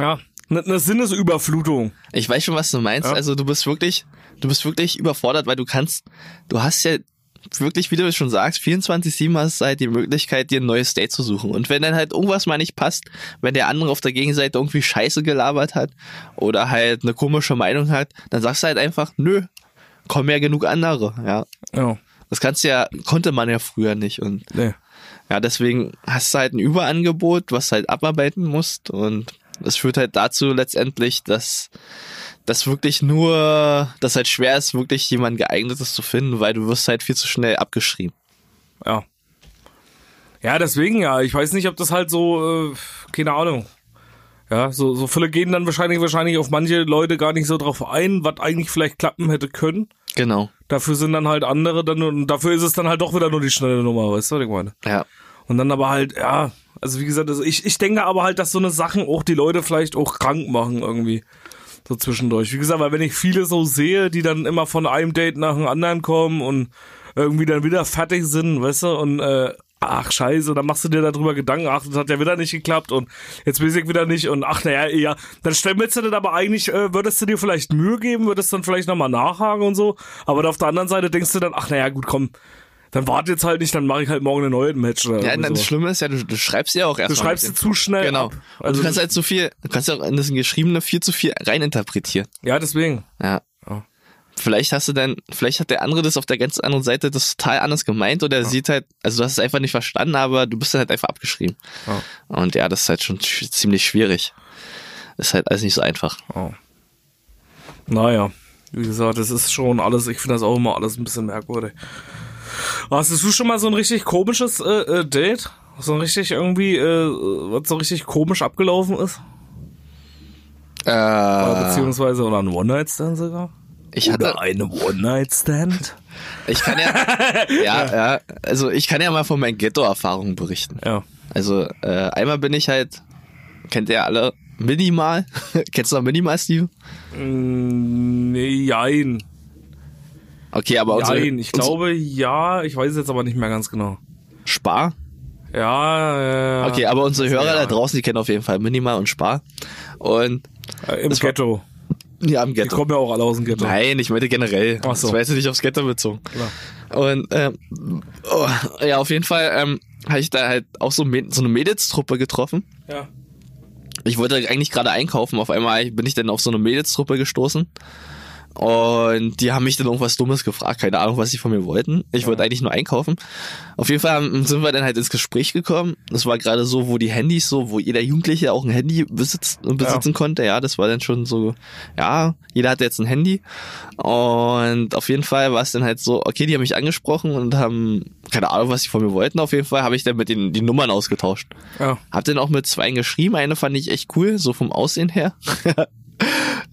ja, eine ne Sinnesüberflutung. Ich weiß schon, was du meinst. Ja. Also du bist wirklich, du bist wirklich überfordert, weil du kannst, du hast ja wirklich, wie du schon sagst, 24-7 hast du halt die Möglichkeit, dir ein neues Date zu suchen. Und wenn dann halt irgendwas mal nicht passt, wenn der andere auf der Gegenseite irgendwie Scheiße gelabert hat oder halt eine komische Meinung hat, dann sagst du halt einfach, nö, kommen ja genug andere, ja. Ja, Das kannst du ja, konnte man ja früher nicht und nee. ja, deswegen hast du halt ein Überangebot, was du halt abarbeiten musst und das führt halt dazu letztendlich, dass das wirklich nur, dass halt schwer ist, wirklich jemand geeignetes zu finden, weil du wirst halt viel zu schnell abgeschrieben. Ja. Ja, deswegen ja. Ich weiß nicht, ob das halt so, äh, keine Ahnung. Ja, so, so viele gehen dann wahrscheinlich, wahrscheinlich auf manche Leute gar nicht so drauf ein, was eigentlich vielleicht klappen hätte können. Genau. Dafür sind dann halt andere, dann und dafür ist es dann halt doch wieder nur die schnelle Nummer, weißt du, was ich meine? Ja. Und dann aber halt, ja, also wie gesagt, also ich, ich denke aber halt, dass so eine Sachen auch die Leute vielleicht auch krank machen irgendwie. So zwischendurch. Wie gesagt, weil wenn ich viele so sehe, die dann immer von einem Date nach dem anderen kommen und irgendwie dann wieder fertig sind, weißt du, und äh, ach scheiße, dann machst du dir darüber Gedanken, ach, das hat ja wieder nicht geklappt und jetzt weiß ich wieder nicht und ach naja, ja, dann stemmelst du das aber eigentlich, äh, würdest du dir vielleicht Mühe geben, würdest dann vielleicht nochmal nachhaken und so, aber dann auf der anderen Seite denkst du dann, ach naja, gut, komm, dann warte jetzt halt nicht, dann mache ich halt morgen eine neue Match oder Ja, irgendwie das so. Schlimme ist ja, du, du schreibst ja auch Du erstmal. schreibst sie mit zu schnell. dem- Genau. Ab. und Also, du kannst halt so viel, du kannst ja auch in das Geschriebene viel zu viel reininterpretieren. ja, deswegen. Ja. Ja. Vielleicht hast du dann, vielleicht hat der andere das auf der ganz anderen Seite das total anders gemeint oder er sieht halt, also du hast es einfach nicht verstanden, aber du bist dann halt einfach abgeschrieben. Ja. Und ja, das ist halt schon sch ziemlich schwierig. Ist halt alles nicht so einfach. Naja, wie gesagt, das ist schon alles, ich finde das auch immer alles ein bisschen merkwürdig. Hast du schon mal so ein richtig komisches äh, äh, Date? So ein richtig irgendwie, äh, was so richtig komisch abgelaufen ist? Oder Äh, beziehungsweise, oder ein One-Night-Stand sogar? ich hatte, oder eine One-Night-Stand? ich kann ja, ja, ja, also ich kann ja mal von meinen Ghetto-Erfahrungen berichten. ja. Also äh, einmal bin ich halt, kennt ihr alle, minimal. Kennst du noch minimal, Steve? Nee, jein. Okay, aber unsere, Jein, ich unsere- glaube, ja, ich weiß jetzt aber nicht mehr ganz genau. Spar. Ja, äh, Okay, aber unsere Hörer ja. da draußen, die kennen auf jeden Fall minimal und Spar. Und äh, im das war- Ghetto. ja, im Die Ghetto. kommen ja auch alle aus dem Ghetto. Nein, ich meinte generell. Ach so. Genau. Das war jetzt nicht aufs Ghetto bezogen. Klar. Und ähm, oh, ja, auf jeden Fall ähm, habe ich da halt auch so, Mäd- so eine Mädelstruppe getroffen. Ja. Ich wollte eigentlich gerade einkaufen. Auf einmal bin ich dann auf so eine Mädelstruppe gestoßen. Und die haben mich dann irgendwas Dummes gefragt. Keine Ahnung, was sie von mir wollten. Ich wollte eigentlich nur einkaufen. Auf jeden Fall haben- sind wir dann halt ins Gespräch gekommen. Das war gerade so, wo die Handys so, wo jeder Jugendliche auch ein Handy besitzt, besitzen konnte. Ja, das war dann schon so, ja, jeder hatte jetzt ein Handy. Und auf jeden Fall war es dann halt so, okay, die haben mich angesprochen und haben, keine Ahnung, was sie von mir wollten. Auf jeden Fall habe ich dann mit denen die Nummern ausgetauscht. Ja. Hab dann auch mit zwei geschrieben. Eine fand ich echt cool, so vom Aussehen her.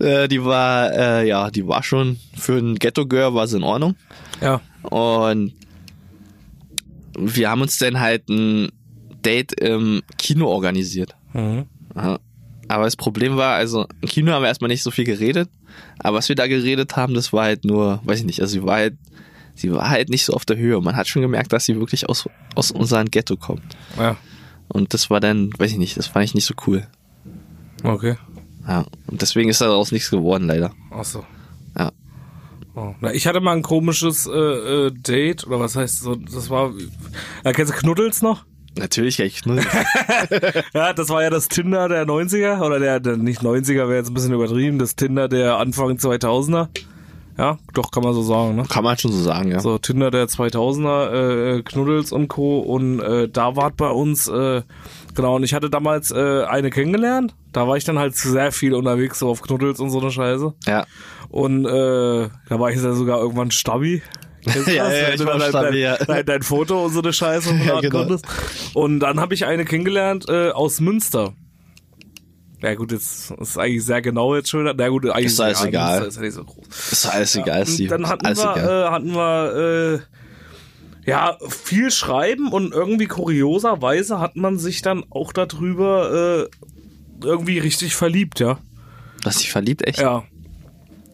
Äh, die war, äh, ja, die war schon für ein Ghetto-Girl war sie in Ordnung. Ja. Und wir haben uns dann halt ein Date im Kino organisiert. Mhm. Ja. Aber das Problem war, also im Kino haben wir erstmal nicht so viel geredet. Aber was wir da geredet haben, das war halt nur, weiß ich nicht, also sie war halt, sie war halt nicht so auf der Höhe. Man hat schon gemerkt, dass sie wirklich aus, aus unserem Ghetto kommt. Ja. Und das war dann, weiß ich nicht, das fand ich nicht so cool. Okay. Ja. Und deswegen ist daraus nichts geworden, leider. Achso. Ja. Oh. Na, ich hatte mal ein komisches äh, äh, Date, oder was heißt so, das war. Äh, kennst du Knuddels noch? Natürlich, ja, ich ne, knuddel. Ja, das war ja das Tinder der 90er, oder der, der nicht 90er wäre jetzt ein bisschen übertrieben, das Tinder der Anfang 2000er. Ja, doch, kann man so sagen, ne? Kann man schon so sagen, ja. So, Tinder der 2000er, äh, äh, Knuddels und Co. Und äh, da wart bei uns, äh, genau, und ich hatte damals äh, eine kennengelernt. Da war ich dann halt sehr viel unterwegs, so auf Knuddels und so eine Scheiße. Ja. Und äh, da war ich dann sogar irgendwann Stabi. Kennst du Ja, das? ja, Wenn ich du war dann Stabi, ja. dein, dein, dein Foto und so eine Scheiße von Ja, ja, genau. konntest. Und dann habe ich eine kennengelernt äh, aus Münster. Ja gut, jetzt ist eigentlich sehr genau jetzt schon wieder. Na gut, eigentlich Ist alles ja, egal. Münster Ist ja nicht so groß. Ist alles egal, Und Steve. dann hatten alles wir, egal. äh, hatten wir äh, ja viel Schreiben und irgendwie kurioserweise hat man sich dann auch darüber äh, irgendwie richtig verliebt, ja. Dass dich verliebt, echt? Ja.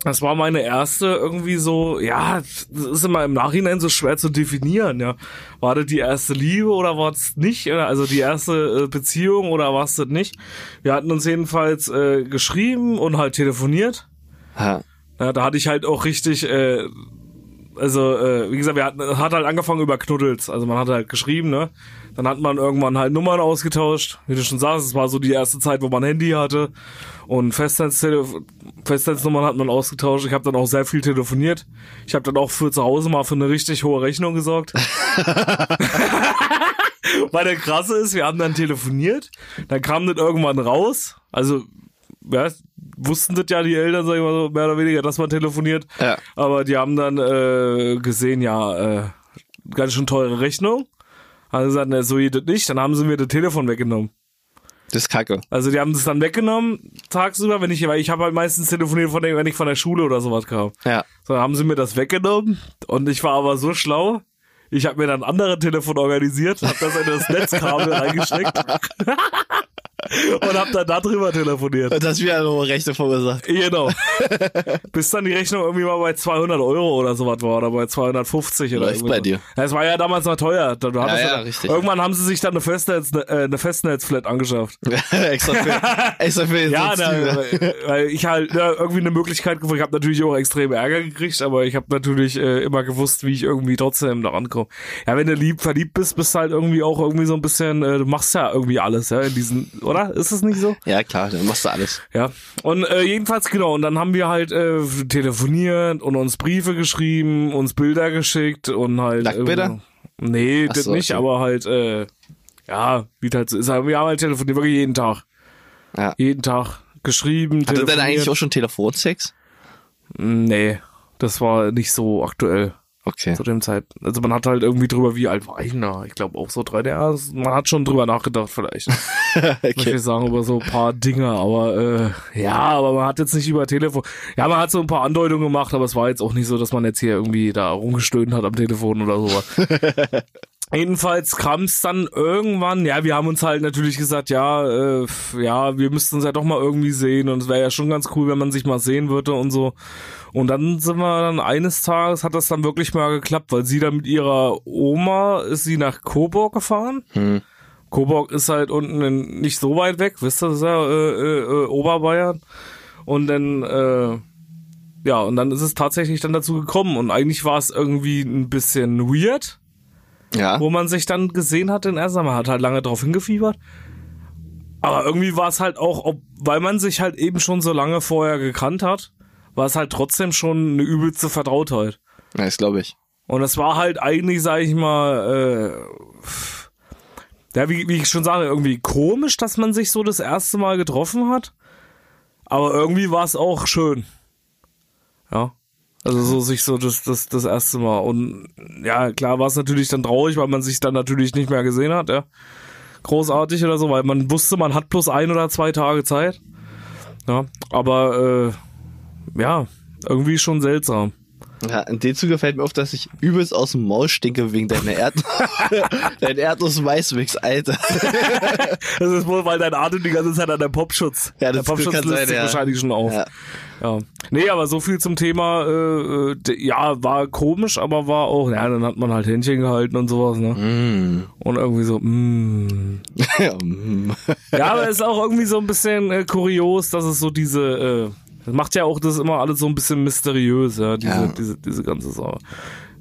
Das war meine erste irgendwie so, ja, das ist immer im Nachhinein so schwer zu definieren, ja. War das die erste Liebe oder war es nicht? Oder Also die erste äh, Beziehung oder war es das nicht? Wir hatten uns jedenfalls äh, geschrieben und halt telefoniert. Ja. Ja, da hatte ich halt auch richtig, äh, also äh, wie gesagt, wir hatten, hat halt angefangen über Knuddels. Also man hat halt geschrieben, ne? Dann hat man irgendwann halt Nummern ausgetauscht. Wie du schon sagst, es war so die erste Zeit, wo man Handy hatte. Und Festnetztele- Festnetznummern hat man ausgetauscht. Ich habe dann auch sehr viel telefoniert. Ich habe dann auch für zu Hause mal für eine richtig hohe Rechnung gesorgt. Weil der krasse ist, wir haben dann telefoniert, dann kam das irgendwann raus. Also, ja, wussten das ja die Eltern, sag ich mal so, mehr oder weniger, dass man telefoniert. Ja. Aber die haben dann äh, gesehen, ja, äh, ganz schön teure Rechnung. Haben gesagt, ne, so geht das nicht. Dann haben sie mir das Telefon weggenommen. Das ist kacke. Also die haben das dann weggenommen tagsüber, wenn ich, weil ich habe halt meistens telefoniert, von der, wenn ich von der Schule oder sowas kam. Ja. So, dann haben sie mir das weggenommen und ich war aber so schlau. Ich habe mir dann ein anderes Telefon organisiert, habe das in das Netzkabel reingesteckt und habe dann darüber telefoniert. Und das wieder nur Rechte verursacht. Genau. Bis dann die Rechnung irgendwie mal bei 200 Euro oder sowas war oder bei 250 oder Läuft irgendwie bei so. dir. Das war ja damals noch teuer. Da- Du hattest ja, dann- richtig. Irgendwann haben sie sich dann eine Festnetz, äh, eine Festnetzflat angeschafft. extra für, extra für Ja, so da, Ziele. weil weil ich halt ja, irgendwie eine Möglichkeit gefunden. Ich habe natürlich auch extrem Ärger gekriegt, aber ich habe natürlich äh, immer gewusst, wie ich irgendwie trotzdem da rankomme. Ja, wenn du lieb verliebt bist, bist du halt irgendwie auch irgendwie so ein bisschen, äh, du machst ja irgendwie alles, ja, in diesen, oder? Ist es nicht so? Ja, klar, dann machst du alles. Ja. Und äh, jedenfalls genau, und dann haben wir halt äh, telefoniert und uns Briefe geschrieben, uns Bilder geschickt und halt. Nacktbilder? irgendwie- Nee, Ach das so, nicht, okay. aber halt, äh, ja, wie das halt so ist. Aber Wir haben halt telefoniert, wirklich jeden Tag. Ja. Jeden Tag geschrieben. Hatte telefoniert. dann eigentlich auch schon Telefonsex? Mm, Nee, das war nicht so aktuell Okay. zu dem Zeit. Also man hat halt irgendwie drüber, wie alt war ich denn da? Ich glaube auch so 3DS. Man hat schon drüber nachgedacht vielleicht. Ich will okay. sagen über so ein paar Dinge, aber äh, ja, aber man hat jetzt nicht über Telefon. Ja, man hat so ein paar Andeutungen gemacht, aber es war jetzt auch nicht so, dass man jetzt hier irgendwie da rumgestöhnt hat am Telefon oder sowas. Jedenfalls kam es dann irgendwann, ja, wir haben uns halt natürlich gesagt, ja, äh, f- ja, wir müssten uns ja doch mal irgendwie sehen und es wäre ja schon ganz cool, wenn man sich mal sehen würde und so. Und dann sind wir dann eines Tages, hat das dann wirklich mal geklappt, weil sie dann mit ihrer Oma, ist sie nach Coburg gefahren. Coburg ist halt unten in, nicht so weit weg, wisst ihr, das ist ja äh, äh, äh, Oberbayern. Und dann, äh, ja, und dann ist es tatsächlich dann dazu gekommen. Und eigentlich war es irgendwie ein bisschen weird, Ja. wo man sich dann gesehen hat in Erster. Man hat halt lange drauf hingefiebert. Aber irgendwie war es halt auch, ob, weil man sich halt eben schon so lange vorher gekannt hat, war es halt trotzdem schon eine übelste Vertrautheit. Ja, das glaube ich. Und das war halt eigentlich, sag ich mal, äh, ja, wie, wie ich schon sage, irgendwie komisch, dass man sich so das erste Mal getroffen hat. Aber irgendwie war es auch schön. Ja. Also so sich so das, das, das erste Mal. Und ja, klar war es natürlich dann traurig, weil man sich dann natürlich nicht mehr gesehen hat, ja. Großartig oder so, weil man wusste, man hat plus ein oder zwei Tage Zeit. Ja. Aber äh, ja, irgendwie schon seltsam. Ja, in dem Zuge fällt mir auf, dass ich übelst aus dem Maul stinke wegen deiner Erd Dein Erdnuss-Maismix, Alter. Das ist wohl, weil dein Atem die ganze Zeit an der Popschutz. Ja, das der Popschutz kann sein, löst sich ja. wahrscheinlich schon auf. Ja. Ja. Nee, aber so viel zum Thema, äh, äh, d- ja, war komisch, aber war auch, ja, dann hat man halt Händchen gehalten und sowas, ne? Mhm. Und irgendwie so, mm. Ja, mm. Ja, aber ist auch irgendwie so ein bisschen äh, kurios, dass es so diese, äh, das macht ja auch das immer alles so ein bisschen mysteriös, ja, diese, Ja. diese, diese ganze Sache.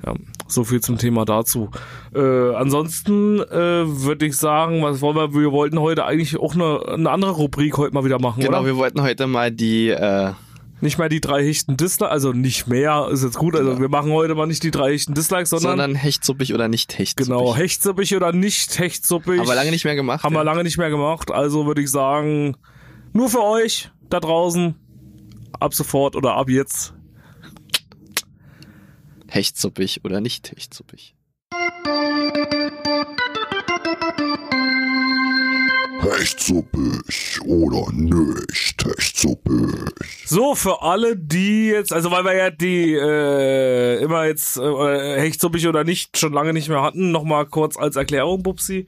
Ja, so viel zum Thema dazu. Äh, ansonsten äh, würde ich sagen, was wollen wir, wir wollten heute eigentlich auch eine, eine andere Rubrik heute mal wieder machen, genau, oder? wir wollten heute mal die, äh, Nicht mehr die drei Hichten Dislikes, also nicht mehr, ist jetzt gut, also wir machen heute mal nicht die drei Hichten Dislikes, sondern, Genau. sondern hechtsuppig oder nicht hechtsuppig. genau, hechtsuppig oder nicht hechtsuppig. Aber lange nicht mehr gemacht. Haben ja. wir lange nicht mehr gemacht, also würde ich sagen, nur für euch da draußen, ab sofort oder ab jetzt. Hechtsuppig oder nicht hechtsuppig. Echt suppig oder nicht echt suppig. So, für alle, die jetzt, also weil wir ja die äh, immer jetzt äh, Hechtsuppig oder nicht schon lange nicht mehr hatten, nochmal kurz als Erklärung, Bubsi.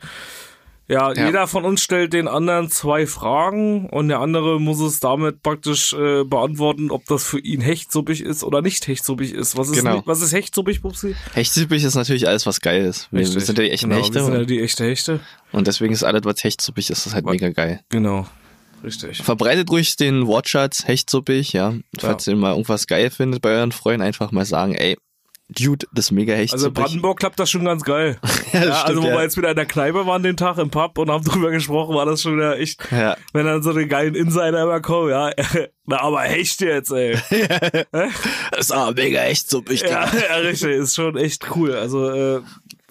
Ja, Ja. jeder von uns stellt den anderen zwei Fragen und der andere muss es damit praktisch äh, beantworten, ob das für ihn hechtsuppig ist oder nicht hechtsuppig ist. Was ist, Genau. nicht, was ist hechtsuppig, Bubsi? Hechtsuppig ist natürlich alles, was geil ist. Wir, wir sind ja die echten genau, Hechte. Wir sind ja Und, die echte Hechte. und deswegen ist alles, was hechtsuppig ist, ist halt mega geil. Genau. Richtig. Verbreitet ruhig den Wortschatz hechtsuppig, ja. Falls ihr mal irgendwas geil findet bei euren Freunden, einfach mal sagen, ey, Dude, das ist mega Also hechtsuppig. Brandenburg klappt das schon ganz geil. Ja, also das stimmt, wo ja. wir jetzt wieder in der Kneipe waren den Tag im Pub und haben drüber gesprochen, war das schon wieder echt, Ja. wenn dann so die geilen Insider immer kommen, ja, na aber hecht jetzt, ey. das ist aber mega hechtsuppig. ja, Ja. ja, richtig, ist schon echt cool. Also, äh,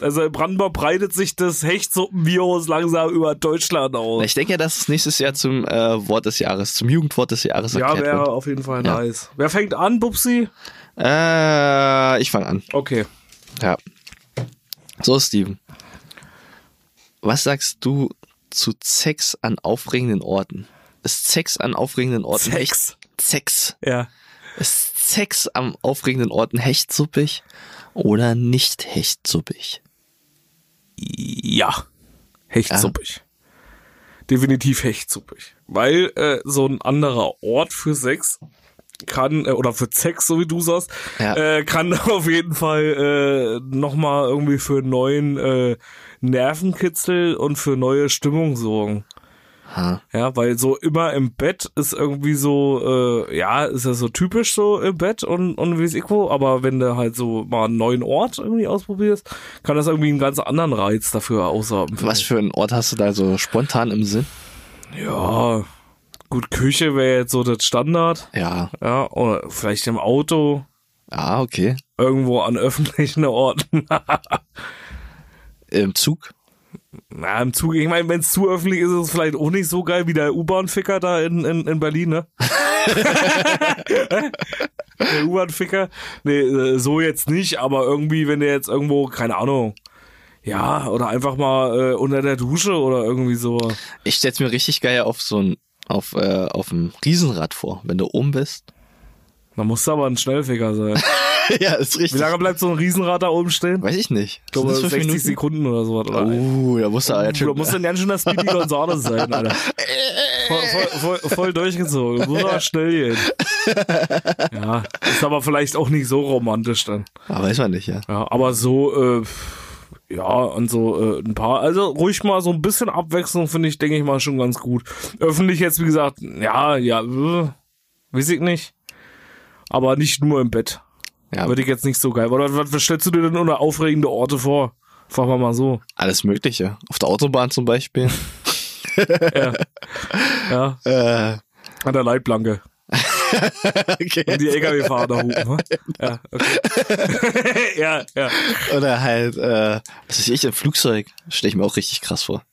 also in Brandenburg breitet sich das Hechtsuppenvirus langsam über Deutschland aus. Ich denke ja, dass es nächstes Jahr zum äh, Wort des Jahres, zum Jugendwort des Jahres Ja, erklärt wäre wird. auf jeden Fall Ja. nice. Wer fängt an, Bubsi? Äh, ich fange an. Okay. Ja. So, Steven. Was sagst du zu Sex an aufregenden Orten. Ist Sex an aufregenden Orten Sex. echt? Sex. Ja. Ist Sex am aufregenden Orten hechtsuppig oder nicht hechtsuppig? Ja. Hechtsuppig. Definitiv hechtsuppig. Weil äh, so ein anderer Ort für Sex kann, äh, oder für Sex, so wie du sagst, Ja. äh, kann auf jeden Fall äh, nochmal irgendwie für neuen äh, Nervenkitzel und für neue Stimmung sorgen. Ha. Ja, weil so immer im Bett ist irgendwie so, äh, ja, ist ja so typisch so im Bett und, und wie es Ico, aber wenn du halt so mal einen neuen Ort irgendwie ausprobierst, kann das irgendwie einen ganz anderen Reiz dafür aushaben. Was für einen Ort hast du da so spontan im Sinn? Ja, gut, Küche wäre jetzt so das Standard. Ja. Ja, oder vielleicht im Auto, Ah, okay. irgendwo an öffentlichen Orten. Im Zug? Na, im Zug, ich meine, wenn es zu öffentlich ist, ist es vielleicht auch nicht so geil wie der U-Bahn-Ficker da in, in, in Berlin, ne? der U-Bahn-Ficker. Nee, äh, so jetzt nicht, aber irgendwie, wenn der jetzt irgendwo, keine Ahnung, ja, oder einfach mal äh, unter der Dusche oder irgendwie so. Ich stell's mir richtig geil auf so ein auf äh, auf dem Riesenrad vor, wenn du oben bist. Da musst du aber ein Schnellficker sein. ja, ist Wie richtig. lange bleibt so ein Riesenrad da oben stehen? Weiß ich nicht. Ich glaube, Sind 60 das fünf Minuten? Sekunden oder so. Oder? Oh, da musst du halt Du schon. musst ein ganz schöner Speedy Gonzales sein, Alter. Voll, voll, voll, voll durchgezogen. Muss aber schnell gehen. Ja, ist aber vielleicht auch nicht so romantisch dann. ah, weiß man nicht, ja. Ja, aber so, äh, ja, und so äh, ein paar. Also ruhig mal so ein bisschen Abwechslung finde ich, denke ich mal, schon ganz gut. Öffentlich jetzt, wie gesagt, ja, ja, äh, weiß ich nicht. Aber nicht nur im Bett. ja Würde ich jetzt nicht so geil. Oder was, was stellst du dir denn unter aufregende Orte vor? Fragen wir mal so. alles Mögliche. Auf der Autobahn zum Beispiel. Ja, äh, an der Leitplanke. okay. Und die LKW-Fahrer da hupen. Ja, okay. ja, ja. Oder halt, äh, was weiß ich, im Flugzeug. Stell ich mir auch richtig krass vor.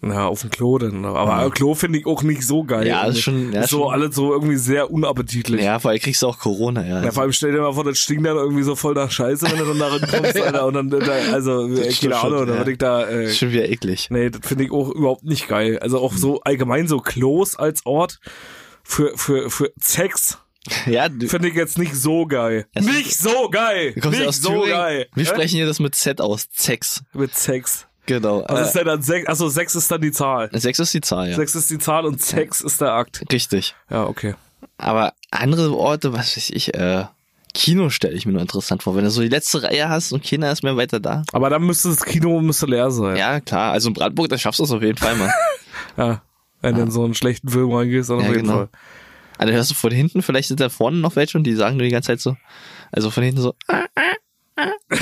Na, auf dem Klo dann. ne? Aber Klo finde ich auch nicht so geil. Ja, ist schon- ja, ist so schon- alles so irgendwie sehr unappetitlich. Ja, weil kriegst du auch Corona, ja. Ja, vor allem stell dir mal vor, das stinkt dann irgendwie so voll nach Scheiße, wenn du dann darin kommst, Alter. Und dann, da, also, äh, stimmt keine Ahnung, schon, dann ja. würde ich da, äh, ist schon wieder eklig. nee, das finde ich auch überhaupt nicht geil. Also auch so allgemein so Klos als Ort für, für, für Sex Ja, du, finde ich jetzt nicht so geil. Es- nicht so geil! du kommst ja Nicht aus so Thüringen. geil! Wir Hä? sprechen hier das mit Z aus. Sex. Mit Sex. Genau. Was äh, Also ist denn dann sechs? Achso, sechs ist dann die Zahl. Sex ist die Zahl, ja. Sechs ist die Zahl und sechs ist der Akt. Richtig. Ja, okay. Aber andere Orte, was weiß ich, äh, Kino stelle ich mir nur interessant vor. Wenn du so die letzte Reihe hast und keiner ist mehr weiter da. Aber dann müsste das Kino müsste leer sein. Ja, klar. Also in Brandenburg, da schaffst du es auf jeden Fall mal. Ja. Wenn du in so einen schlechten Film reingehst, dann Ja, auf jeden genau. Fall. Also hörst du von hinten, vielleicht sind da vorne noch welche und die sagen nur die ganze Zeit so, also von hinten so. äh,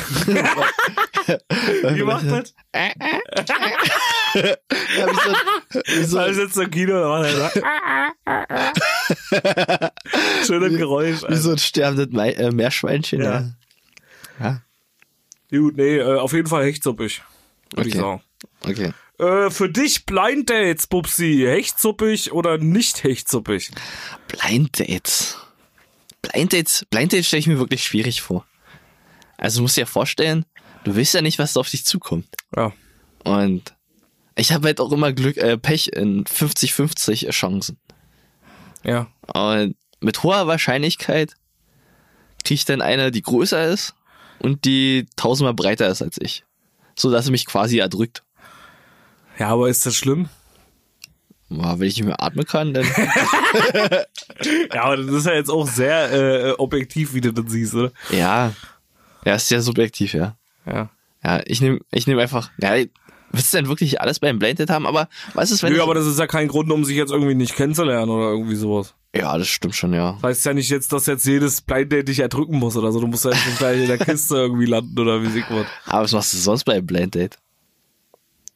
Wie macht das? Ja, wie so, wie so, Da sitzt so im Kino und macht er so. Schönes Geräusch. wie Alter. so ein sterbendes Mei- äh, Meerschweinchen. Ja. Ja. Gut, nee, äh, auf jeden Fall hechtsuppig. Würde ich Okay. sagen. Okay. Äh, für dich Blind Dates, Bubsi. Hechtsuppig oder nicht hechtsuppig? Blind Dates. Blind Dates, Blind Dates stelle ich mir wirklich schwierig vor. Also du musst dir ja vorstellen, du weißt ja nicht, was da auf dich zukommt. Ja. Und ich habe halt auch immer Glück, äh, Pech in 50-50 Chancen. Ja. Und mit hoher Wahrscheinlichkeit kriege ich dann eine, die größer ist und die tausendmal breiter ist als ich. So dass sie mich quasi erdrückt. Ja, aber ist das schlimm? Ja, Wenn ich nicht mehr atmen kann, dann. Ja, aber das ist ja jetzt auch sehr äh, objektiv, wie du das siehst, oder? ja. Ja, ist ja subjektiv, ja. Ja. Ja, ich nehme ich nehm einfach. Ja, willst du denn wirklich alles beim Blended haben? Aber was ist, wenn. Nö, aber das ist ja kein Grund, um sich jetzt irgendwie nicht kennenzulernen oder irgendwie sowas. ja, das stimmt schon, ja. Das heißt ja nicht jetzt, dass jetzt jedes Blind Date dich erdrücken muss oder so. Du musst ja jetzt nicht gleich in der Kiste irgendwie landen oder wie Sigmund. Aber was machst du sonst beim Blind Date?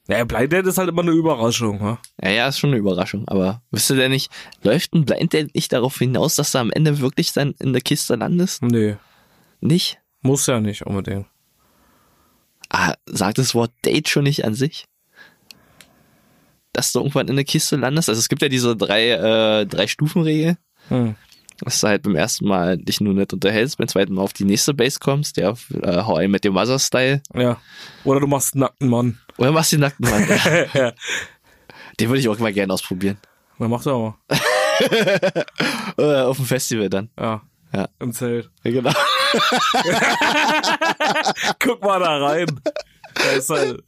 Naja, Blind Date ist halt immer eine Überraschung, ne? Ja, ja, ist schon eine Überraschung. Aber wisst ihr denn nicht, läuft ein Blind Date nicht darauf hinaus, dass du am Ende wirklich dann in der Kiste landest? Nee. Nicht? Muss ja nicht unbedingt. Ah, sagt das Wort Date schon nicht an sich? Dass du irgendwann in eine Kiste landest? Also es gibt ja diese drei, äh, drei Stufenregel. Hm. dass du halt beim ersten Mal dich nur nicht unterhältst, beim zweiten Mal auf die nächste Base kommst, der auf äh, How I Met Your Mother Style. Ja. Oder du machst einen nackten Mann. Oder machst den nackten Mann. ja. den würde ich auch mal gerne ausprobieren. Na, macht er aber. Äh, auf dem Festival dann. Ja. Ja. Im Zelt. Ja, Genau. Guck mal da rein. Da ist halt,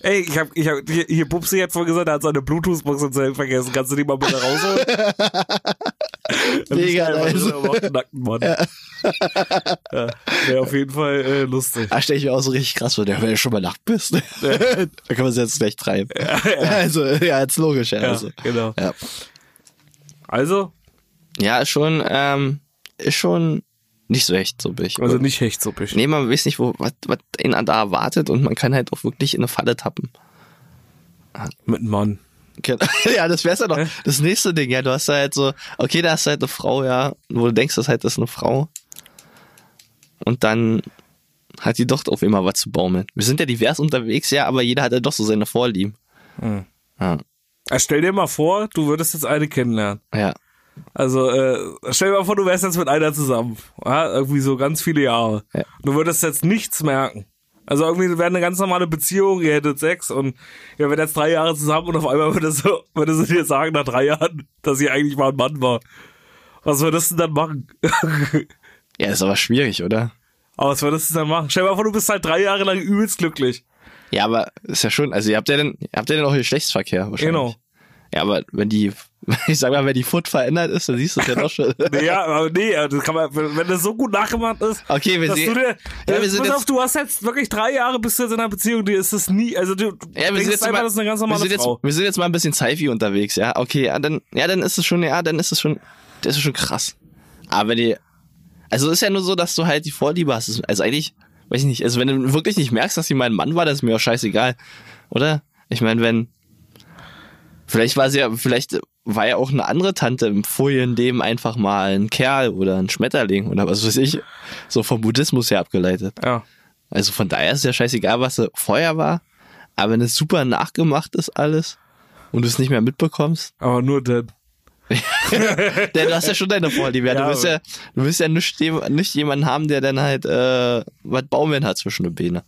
ey, ich hab, ich hab, hier, hier Bubsi hat vorhin gesagt, er hat seine Bluetooth-Box im Zelt vergessen. Kannst du die mal bitte rausholen? Mega halt Einfach nice. so, er macht einen nackten Mann. Ja. Wäre auf jeden Fall äh, lustig. Da stelle ich mir auch so richtig krass vor, ja, wenn du schon mal nackt bist, ne? dann kann man es jetzt gleich treiben. Also, ja, jetzt logisch, ja. Ja, Also. genau. Ja. Also, ja, ist schon, ähm, ist schon nicht so echt, so bin ich. also nicht hechtsuppig. Nee, man weiß nicht, wo, was, was ihn da erwartet und man kann halt auch wirklich in eine Falle tappen. Mit einem Mann. Genau. Ja, das wär's ja noch. Das nächste Ding, ja, du hast da halt so, okay, da hast du halt eine Frau, ja, wo du denkst, das halt ist eine Frau. Und dann hat die doch auf immer was zu baumeln. Wir sind ja divers unterwegs, ja, aber jeder hat ja doch so seine Vorlieben. Hm. Ja, Äh, Stell dir mal vor, du würdest jetzt eine kennenlernen. ja. Also, äh, stell dir mal vor, du wärst jetzt mit einer zusammen. Ja, irgendwie so ganz viele Jahre. Ja. Du würdest jetzt nichts merken. Also irgendwie wäre eine ganz normale Beziehung, ihr hättet Sex und ihr wärt jetzt drei Jahre zusammen und auf einmal würde sie, würde sie dir sagen, nach drei Jahren, dass sie eigentlich mal ein Mann war. Was würdest du denn dann machen? Ja, ist aber schwierig, oder? Aber was würdest du denn machen? Stell dir mal vor, du bist halt drei Jahre lang übelst glücklich. Ja, aber ist ja schon, also ihr habt ja dann, ihr habt ja dann auch Geschlechtsverkehr wahrscheinlich. Genau. Ja, aber wenn die, ich sag mal, wenn die Foot verändert ist, dann siehst du es ja doch schon. Ja, aber nee, das kann man, wenn wenn das so gut nachgemacht ist, Okay, wir dass sehen- du dir, Äh, Ja, wir pass sind auf, jetzt- du hast jetzt wirklich drei Jahre bist du jetzt in einer Beziehung, dir ist das nie, also du Ja, wir denkst sind jetzt einfach, mal, das ist eine ganz wir normale sind jetzt, Frau. wir sind jetzt mal ein bisschen sci-fi unterwegs, ja. Okay, ja, dann, ja, dann ist es schon, ja, dann ist es schon, das ist schon krass. Aber die, also ist ja nur so, dass du halt die Vorliebe hast. Also eigentlich, weiß ich nicht, also wenn du wirklich nicht merkst, dass sie mein Mann war, das ist mir auch scheißegal, oder? Ich meine, wenn, vielleicht war sie ja, vielleicht war ja auch eine andere Tante im vorherigen Leben einfach mal ein Kerl oder ein Schmetterling oder was weiß ich, so vom Buddhismus her abgeleitet. Ja. Also von daher ist ja scheißegal, was sie vorher war. Aber wenn es super nachgemacht ist alles und du es nicht mehr mitbekommst, Aber nur dann. denn du hast ja schon deine Vorliebe. Ja, Ja, du willst ja, du willst ja nicht, dem- nicht jemanden haben, der dann halt äh, was baumeln hat zwischen den Beinen.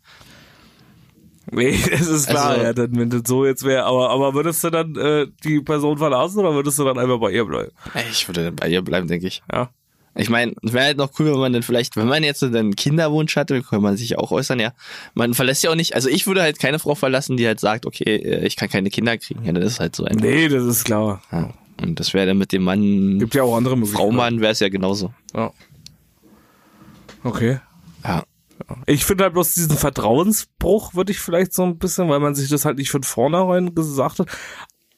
Nee, das ist klar, Also- ja, dann, wenn das so jetzt wäre. Aber, aber würdest du dann äh, die Person verlassen oder würdest du dann einfach bei ihr bleiben? Ey, Ich würde dann bei ihr bleiben, denke ich. Ja. Ich meine, es wäre halt noch cool, wenn man dann vielleicht, wenn man jetzt so einen Kinderwunsch hatte, könnte man sich auch äußern, ja. Man verlässt ja auch nicht, also ich würde halt keine Frau verlassen, die halt sagt, okay, äh, ich kann keine Kinder kriegen. Ja, das ist halt so ein. Nee, das ist klar. Ja. Und das wäre dann mit dem Mann, Gibt ja auch andere Möglichkeiten. Frau Mann, wäre es ja genauso. Ja. Okay. Ja. Ich finde halt bloß diesen Vertrauensbruch, würde ich vielleicht so ein bisschen, weil man sich das halt nicht von vornherein gesagt hat.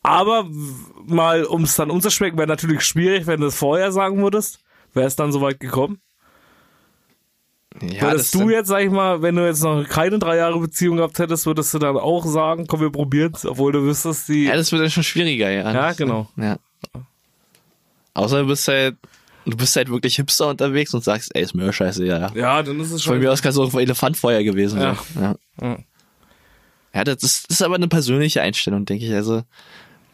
Aber w- mal, um es dann umzuschmecken, wäre natürlich schwierig, wenn du es vorher sagen würdest. Wäre es dann soweit gekommen? Ja, würdest das du dann- jetzt, sag ich mal, wenn du jetzt noch keine drei Jahre Beziehung gehabt hättest, würdest du dann auch sagen, komm, wir probieren es, obwohl du wüsstest, die. Ja, das wird dann schon schwieriger, ja. Ja, genau. Ja. Außer du bist halt, du bist halt wirklich hipster unterwegs und sagst, ey, ist mir scheiße, ja. ja. ja, dann ist es Von schon. mir aus kannst du auch auf Elefantfeuer gewesen sein. Ja. Ja, ja. Ja. das, ist, das ist aber eine persönliche Einstellung, denke ich. Also,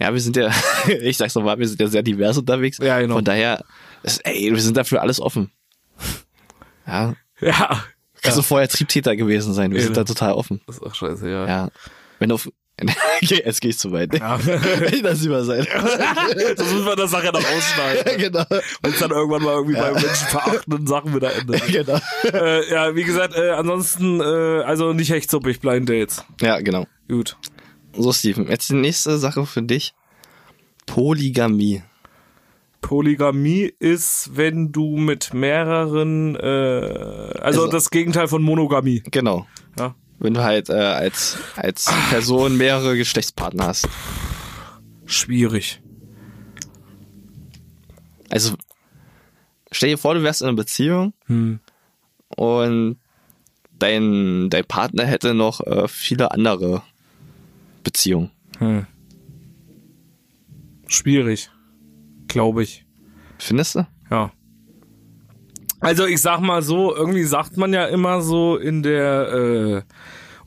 ja, wir sind ja, ich sag's nochmal, wir sind ja sehr divers unterwegs. Ja, genau. Von daher, ist, ey, wir sind dafür alles offen. Ja. Ja. Kannst du vorher Triebtäter gewesen sein, wir sind da Genau. total offen. Das ist auch scheiße, ja. Ja. Wenn auf. Okay, jetzt gehe ich zu weit. Ja. Lass lieber sein. Das müssen wir dann nachher noch ausschneiden. genau. Wenn es dann irgendwann mal irgendwie bei Menschen verachtenden Sachen wieder endet. genau. äh, ja, wie gesagt, äh, ansonsten, äh, also nicht echt suppig, Blind Dates. Ja, genau. Gut. So, Steven, jetzt die nächste Sache für dich. Polygamie. Polygamie ist, wenn du mit mehreren, äh, also, Also- das Gegenteil von Monogamie. Genau. Ja. Wenn du halt äh, als, als Person mehrere Geschlechtspartner hast. Schwierig. Also, stell dir vor, du wärst in einer Beziehung und dein, dein Partner hätte noch äh, viele andere Beziehungen. Hm. Schwierig. Glaube ich. Findest du? Ja. Also ich sag mal so, irgendwie sagt man ja immer so in der äh,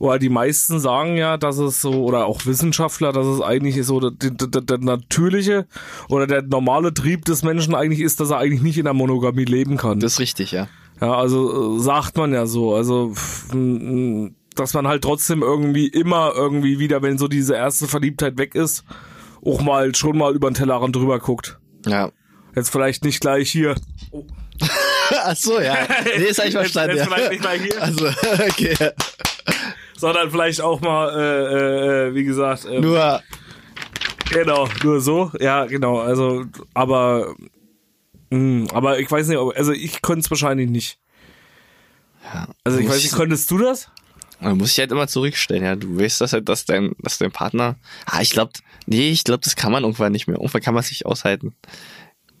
oder die meisten sagen ja, dass es so, oder auch Wissenschaftler, dass es eigentlich so der, der, der, der natürliche oder der normale Trieb des Menschen eigentlich ist, dass er eigentlich nicht in der Monogamie leben kann. Das ist richtig, ja. Ja, also äh, sagt man ja so. Also pff, m- m- dass man halt trotzdem irgendwie immer irgendwie wieder, wenn so diese erste Verliebtheit weg ist, auch mal schon mal über den Tellerrand drüber guckt. Ja. Jetzt vielleicht nicht gleich hier. Ach so, ja. Nee, ist eigentlich Jetzt- verstanden. jetzt ja. vielleicht nicht mal hier. Also, okay. Sondern vielleicht auch mal, äh, äh, äh, wie gesagt, äh, Nur, Genau, nur so. Ja, genau. Also, aber, mh, aber ich weiß nicht, ob, also ich könnte es wahrscheinlich nicht. Also ich muss weiß nicht, könntest du das? Man muss sich halt immer zurückstellen, ja. Du weißt das halt, dass dein, dass dein Partner. Ah, ich glaube, nee, ich glaube, das kann man irgendwann nicht mehr. Irgendwann kann man sich aushalten.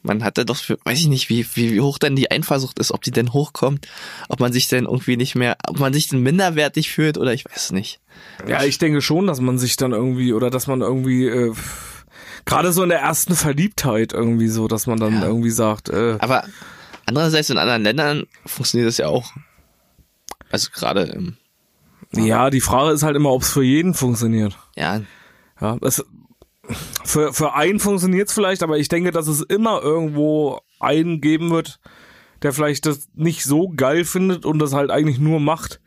Man hat ja doch, für, weiß ich nicht, wie, wie, wie hoch denn die Einfallsucht ist, ob die denn hochkommt, ob man sich denn irgendwie nicht mehr, ob man sich denn minderwertig fühlt oder ich weiß nicht. Ja, ich denke schon, dass man sich dann irgendwie, oder dass man irgendwie, äh, f- gerade so in der ersten Verliebtheit irgendwie so, dass man dann irgendwie sagt, äh, Aber andererseits in anderen Ländern funktioniert das ja auch. Also gerade im, ja, die Frage ist halt immer, ob es für jeden funktioniert. ja, Ja, es, für, für einen funktioniert es vielleicht, aber ich denke, dass es immer irgendwo einen geben wird, der vielleicht das nicht so geil findet und das halt eigentlich nur macht,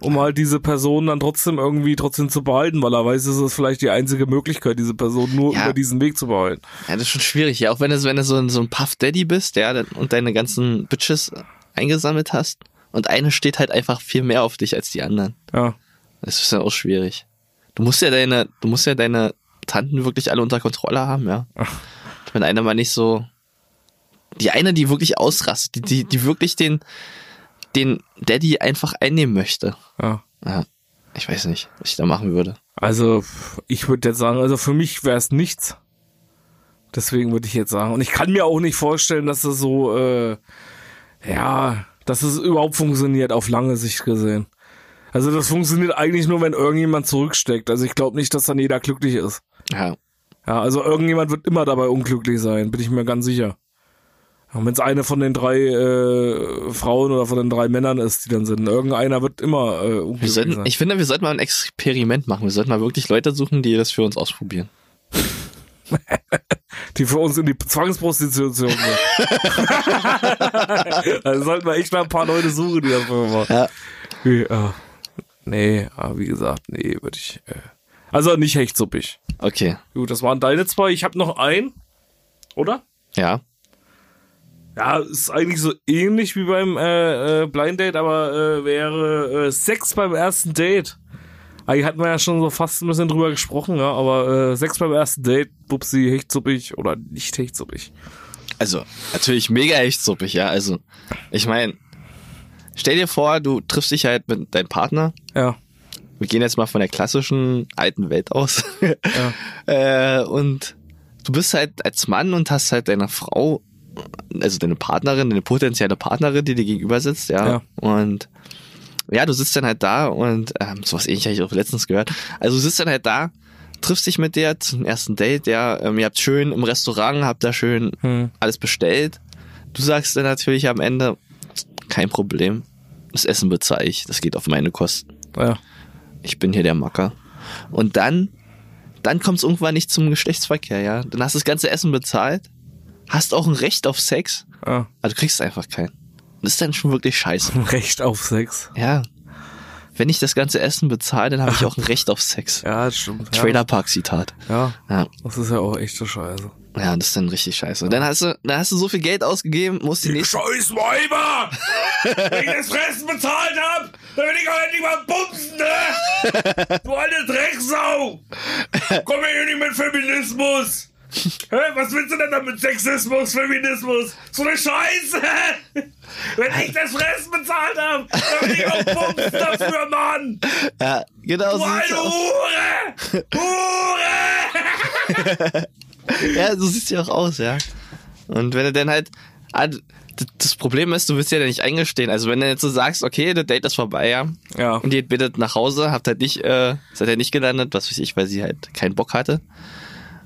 um halt diese Person dann trotzdem irgendwie trotzdem zu behalten, weil er weiß, es ist vielleicht die einzige Möglichkeit, diese Person nur Ja. über diesen Weg zu behalten. Ja, das ist schon schwierig, ja. Auch wenn du, wenn du so, ein- so ein Puff Daddy bist, ja, dann- und deine ganzen Bitches eingesammelt hast. Und eine steht halt einfach viel mehr auf dich als die anderen. Ja. Das ist dann auch schwierig. Du musst ja deine, du musst ja deine Tanten wirklich alle unter Kontrolle haben, ja. Wenn einer mal nicht so. Die eine, die wirklich ausrastet, die, die, die wirklich den, den Daddy einfach einnehmen möchte. ja. Ja. Ich weiß nicht, was ich da machen würde. Also ich würde jetzt sagen, also für mich wäre es nichts. Deswegen würde ich jetzt sagen. Und ich kann mir auch nicht vorstellen, dass das so, äh, ja, dass es überhaupt funktioniert auf lange Sicht gesehen. Also das funktioniert eigentlich nur, wenn irgendjemand zurücksteckt. Also ich glaube nicht, dass dann jeder glücklich ist. Ja. Ja, also irgendjemand wird immer dabei unglücklich sein, bin ich mir ganz sicher. Und wenn es eine von den drei äh, Frauen oder von den drei Männern ist, die dann sind, irgendeiner wird immer äh, Wir unglücklich sollten, sein. ich finde, wir sollten mal ein Experiment machen. Wir sollten mal wirklich Leute suchen, die das für uns ausprobieren. die für uns in die Zwangsprostitution sind. also sollten wir echt mal ein paar Leute suchen, die das für uns machen. Ja. Wie, äh, nee, aber wie gesagt, nee, würde ich. Äh, also nicht hechtsuppig. Okay. Gut, das waren deine zwei. Ich habe noch einen, oder? Ja. Ja, ist eigentlich so ähnlich wie beim äh, äh, Blind Date, aber äh, wäre äh, Sex beim ersten Date. Eigentlich hatten wir ja schon so fast ein bisschen drüber gesprochen, ja, aber äh, Sex beim ersten Date, Bubsi, hechtsuppig oder nicht hechtsuppig. Also, natürlich mega echt suppig, ja. Also, ich meine, stell dir vor, du triffst dich halt mit deinem Partner. Ja. Wir gehen jetzt mal von der klassischen alten Welt aus. äh, und du bist halt als Mann und hast halt deine Frau, also deine Partnerin, deine potenzielle Partnerin, die dir gegenüber sitzt, ja. Ja. Und ja, du sitzt dann halt da und ähm, sowas ähnlich habe ich auch letztens gehört. Also du sitzt dann halt da, triffst dich mit der zum ersten Date, ja. Ähm, ihr habt schön im Restaurant, habt da schön Hm. alles bestellt. Du sagst dann natürlich am Ende, kein Problem, das Essen bezahle ich, das geht auf meine Kosten Ja. ich bin hier der Macker. Und dann, dann kommt es irgendwann nicht zum Geschlechtsverkehr, ja. Dann hast du das ganze Essen bezahlt, hast auch ein Recht auf Sex, Ah, aber du kriegst einfach keinen. Und das ist dann schon wirklich scheiße. Recht auf Sex. Ja. Wenn ich das ganze Essen bezahle, dann habe ich auch ein Recht auf Sex. Ja, das stimmt. Ja. Trailerpark-Zitat. Ja, Ja. das ist ja auch echte Scheiße. ja, das ist dann richtig scheiße. Und dann hast du, dann hast du so viel Geld ausgegeben, musst die nächste. Scheiß Weiber! Wenn ich das Fressen bezahlt hab, dann will ich auch endlich mal bumsen, ne? Du alte Drecksau! Komm mir hier nicht mit Feminismus! Hä, was willst du denn damit? Sexismus, Feminismus? So eine Scheiße! Wenn ich das Fressen bezahlt hab, dann will ich auch bumsen dafür, Mann! Ja, genau. Du so sieht's alte aus. Hure! Hure! Ja, so sieht's ja auch aus, ja. Und wenn du dann halt. ah, d- Das Problem ist, du willst ja nicht eingestehen. Also wenn du jetzt so sagst, okay, das Date ist vorbei, ja. Ja. Und ihr bittet nach Hause, habt halt nicht, äh, seid halt nicht gelandet, was weiß ich, weil sie halt keinen Bock hatte.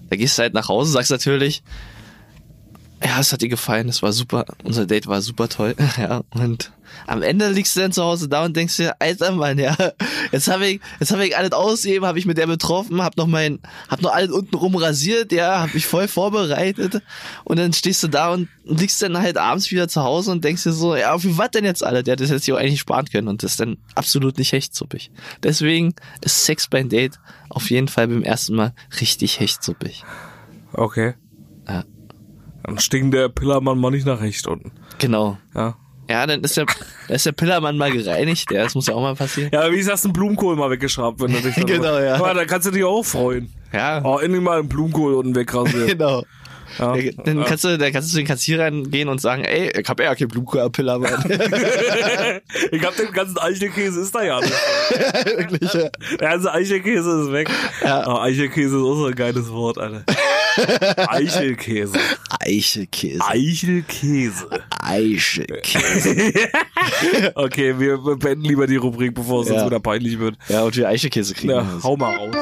Da gehst du halt nach Hause, sagst natürlich, ja, es hat ihr gefallen, es war super, unser Date war super toll, ja. Und am Ende liegst du dann zu Hause da und denkst dir, alter Mann, ja, jetzt habe ich, jetzt habe ich alles ausgeben, habe ich mit der betroffen, habe noch mein, habe noch alles unten rum rasiert, ja, habe mich voll vorbereitet und dann stehst du da und liegst dann halt abends wieder zu Hause und denkst dir so, ja, für was denn jetzt alles? Ja, das hätte ich auch eigentlich sparen können und das ist dann absolut nicht hechtsuppig. Deswegen ist Sex beim Date auf jeden Fall beim ersten Mal richtig hechtsuppig. Okay. Ja. Dann stinkt der Pillermann mal nicht nach rechts unten. Genau. Ja. Ja, dann ist der, dann ist der Pillermann mal gereinigt, ja, das muss ja auch mal passieren. Ja, wie ist das ein Blumenkohl mal weggeschraubt, wenn du dich dann- Genau, ja. Aber da kannst du dich auch freuen. Ja. Oh, endlich mal einen Blumenkohl unten wegrasiert. Genau. Ja. Ja, Dann kannst du, dann kannst du zu den Kassierern gehen und sagen, ey, ich hab ja keinen Blumenkohlpiller, Mann. Ich hab den ganzen Eichelkäse, ist da ja nicht. Wirklich, ja. Der ganze Eichelkäse ist weg. Oh, Eichelkäse ist auch so ein geiles Wort, Alter. Eichelkäse. Eichelkäse. Eichelkäse. Eichelkäse. Okay, wir beenden lieber die Rubrik, bevor es Ja. Genau. uns wieder peinlich wird. Ja, und wir Eichelkäse kriegen. Also- Ja, Ja, hau mal raus.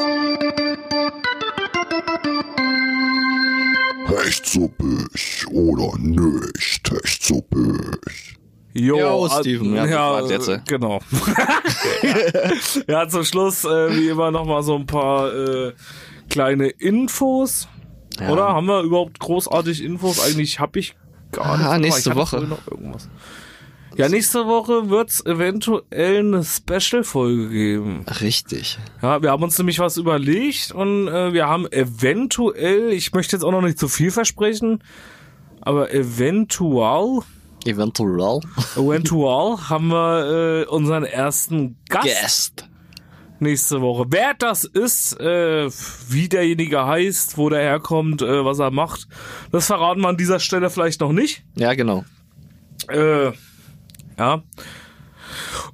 Hechtsuppig oder nicht hechtsuppig. Jo, Jo, ah, Steven, ja, ja, das war's jetzt. äh. genau. ja, zum Schluss, äh, wie immer, nochmal so ein paar äh, kleine Infos. Oder haben wir überhaupt großartig Infos? Eigentlich habe ich gar nicht. Ah, Guck mal, nächste ich hatte Woche. vorhin Noch irgendwas. Ja, nächste Woche wird's eventuell eine Special-Folge geben. Richtig. Ja, wir haben uns nämlich was überlegt und äh, wir haben eventuell, ich möchte jetzt auch noch nicht zu viel versprechen, aber eventuell Eventuell. Eventual haben wir äh, unseren ersten Gast Guest. nächste Woche. Wer das ist, äh, wie derjenige heißt, wo der herkommt, äh, was er macht, das verraten wir an dieser Stelle vielleicht noch nicht. Ja, genau. Äh, ja.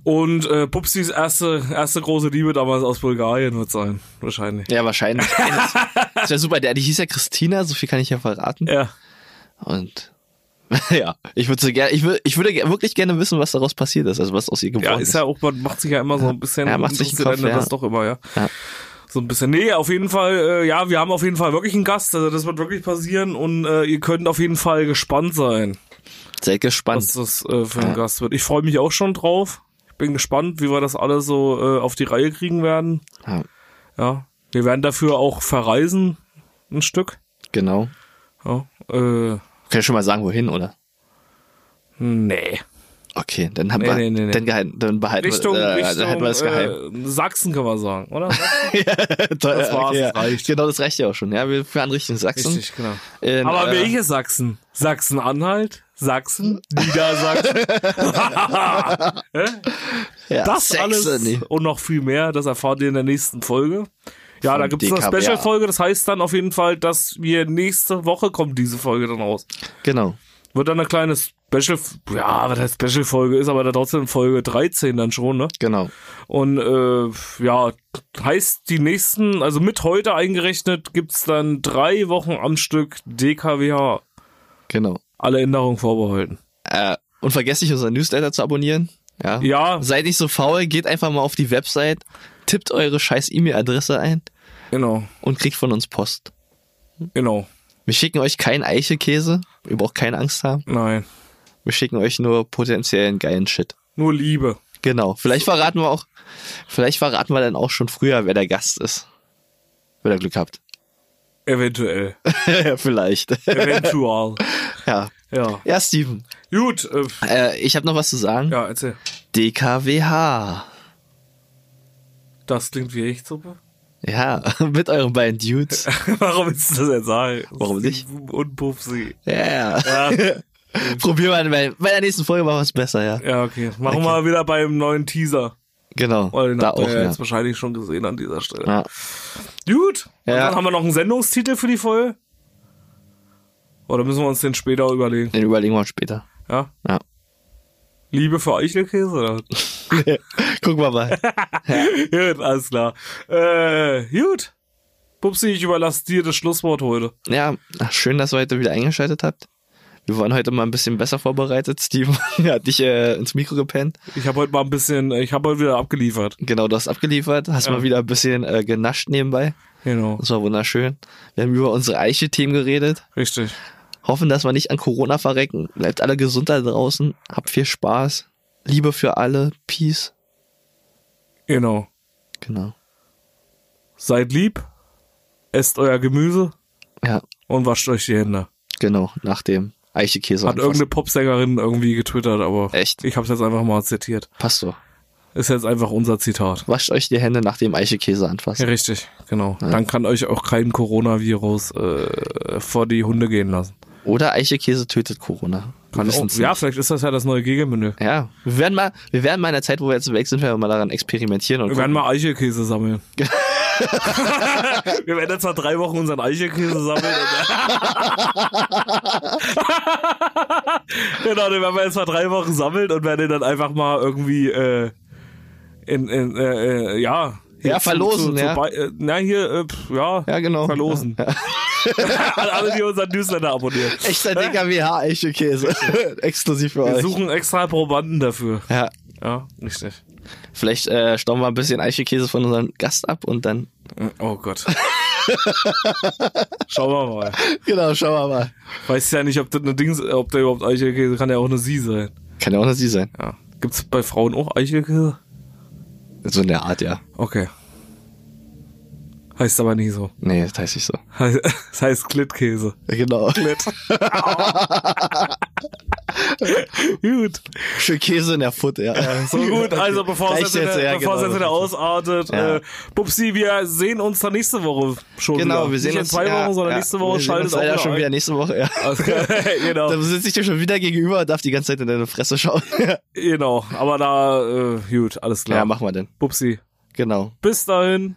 Und äh, Pupsis erste, erste große Liebe damals aus Bulgarien wird sein, wahrscheinlich. Ja, wahrscheinlich. das wäre super. Der, die hieß ja Christina, so viel kann ich ja verraten. Ja. Und ja, ich würde so gerne, ich würde, ich würde ge- wirklich gerne wissen, was daraus passiert ist, also was aus ihr geworden Ja, ist. ist ja auch, man macht sich ja immer so ein bisschen, Ja, macht sich einen Kopf, ändert ja. das doch immer, ja. Ja. So ein bisschen. Nee, auf jeden Fall, äh, ja, wir haben auf jeden Fall wirklich einen Gast, also das wird wirklich passieren und äh, ihr könnt auf jeden Fall gespannt sein, Seid was gespannt. das äh, für ein Ja. Gast wird. Ich freue mich auch schon drauf. Ich bin gespannt, wie wir das alle so äh, auf die Reihe kriegen werden. Ja, Ja. Wir werden dafür auch verreisen, ein Stück. genau. Ja. Äh, Kann ich schon mal sagen, wohin, oder? nee. Okay, dann haben Nee, wir, nee, nee, nee. Dann, gehalten, dann behalten Richtung, wir, äh, Richtung dann halten wir das geheim. Äh, Sachsen kann man sagen, oder? das war's, ja. das reicht. Genau, das reicht ja auch schon. Ja, wir fahren Richtung Sachsen. Richtig, genau. In, Aber äh, welche Sachsen? Sachsen-Anhalt? Sachsen? Niedersachsen? Hä? ja, das Sachsen, alles nee. und noch viel mehr, das erfahrt ihr in der nächsten Folge. Ja, Von da gibt es eine DKBA. Special-Folge, das heißt dann auf jeden Fall, dass wir nächste Woche kommt diese Folge dann raus. Genau. Wird dann eine kleine Special, ja, was heißt Special-Folge ist, aber dann trotzdem Folge 13 dann schon, ne? Genau. Und äh, ja, heißt die nächsten, also mit heute eingerechnet, gibt's dann drei Wochen am Stück DKWH Genau. alle Änderungen vorbehalten. Äh, und vergesst nicht, unseren Newsletter zu abonnieren. Ja. Ja, Seid nicht so faul, geht einfach mal auf die Website, tippt eure scheiß E-Mail-Adresse ein genau, und kriegt von uns Post. genau. Wir schicken euch keinen Eichelkäse, ihr braucht keine Angst haben. Nein, Wir schicken euch nur potenziellen geilen Shit. nur Liebe. Genau. Vielleicht verraten wir auch, vielleicht verraten wir dann auch schon früher, wer der Gast ist. Wenn ihr Glück habt. Eventuell. vielleicht. Eventual. ja. ja. Ja, Steven. Gut, äh, Äh, ich habe noch was zu sagen. ja, erzähl. DKWH. Das klingt wie Hechtsuppe. Ja, mit euren beiden Dudes. Warum ist das jetzt sagen? Warum nicht? Und Pupsi. Ja. Ja. Probieren wir bei, bei der nächsten Folge machen wir es besser, ja. Ja, okay. Machen wir wieder beim neuen Teaser. Genau. Weil Oh, den da habt ihr auch, ja ja. jetzt wahrscheinlich schon gesehen an dieser Stelle. ja. Gut. Und Ja. dann haben wir noch einen Sendungstitel für die Folge. Oder müssen wir uns den später überlegen? Den überlegen wir uns später. Ja. Ja. Liebe für Eichelkäse oder? Gucken wir mal. gut, alles klar. Äh, gut. Pupsi, ich überlasse dir das Schlusswort heute. Ja, ach, schön, dass ihr heute wieder eingeschaltet habt. Wir waren heute mal ein bisschen besser vorbereitet. Steven hat dich äh, ins Mikro gepennt. Ich habe heute mal ein bisschen, äh, ich habe heute wieder abgeliefert. Genau, du hast abgeliefert. Hast mal wieder ein bisschen äh, genascht nebenbei. Genau. Das war wunderschön. Wir haben über unsere Eiche-Themen geredet. Richtig. Hoffen, dass wir nicht an Corona verrecken. Bleibt alle gesund da draußen. Habt viel Spaß. Liebe für alle, Peace. Genau. Genau. Seid lieb, esst euer Gemüse Ja, und wascht euch die Hände. genau, nach dem Eichekäse. Hat anfassen. irgendeine Popsängerin irgendwie getwittert, aber Echt? ich hab's jetzt einfach mal zitiert. Passt so. Ist jetzt einfach unser Zitat. Wascht euch die Hände nach dem Eichekäse anfassen. Ja, richtig, genau. Dann kann euch auch kein Coronavirus äh, vor die Hunde gehen lassen. Oder Eichekäse tötet Corona. Kann auch, Wissen's ja, nicht. vielleicht ist das ja das neue Gegenmenü. ja. Wir werden mal, wir werden mal in der Zeit, wo wir jetzt weg sind, werden wir mal daran experimentieren und Wir werden mal Eichelkäse sammeln. wir werden jetzt nach drei Wochen unseren Eichelkäse sammeln. Und genau, den werden wir jetzt nach drei Wochen sammeln und werden den dann einfach mal irgendwie äh, in, in äh, äh, ja. hier Ja, verlosen, ja. bei- äh, na, hier, äh, pf, ja, Ja, genau. verlosen. An alle, die unseren Newsletter abonnieren. Echter DKWH Eichekäse. Exklusiv für Wir euch. suchen extra Probanden dafür. Ja. Ja, richtig. Vielleicht äh, stauen wir ein bisschen Eichekäse von unserem Gast ab und dann. Oh Gott. Schauen wir mal. Genau, schauen wir mal. Weiß ja nicht, ob das eine Dings, ob der überhaupt Eichelkäse kann ja auch eine Sie sein. Kann ja auch nur sie sein. Ja. Gibt's bei Frauen auch Eichelkäse? So in der Art, ja. Okay. Heißt aber nie so. Nee, das heißt nicht so. He- Es heißt Klittkäse. Genau. Gut. Schön Käse in der Foot, ja. So gut, also bevor es jetzt Reicht wieder, jetzt, ja, bevor es genau. jetzt wieder ausartet, Ja. äh, Bubsi, wir sehen uns dann nächste Woche schon. Genau, wieder. wir sehen nicht uns in zwei ja, Wochen, sondern ja, nächste wir Woche sehen schaltet uns es auch leider wieder schon ein. wieder nächste Woche, ja. Also, genau, Da sitze ich dir schon wieder gegenüber und darf die ganze Zeit in deine Fresse schauen. ja, genau. Aber da, äh, gut, alles klar. machen wir denn. Bubsi. Genau. Bis dahin.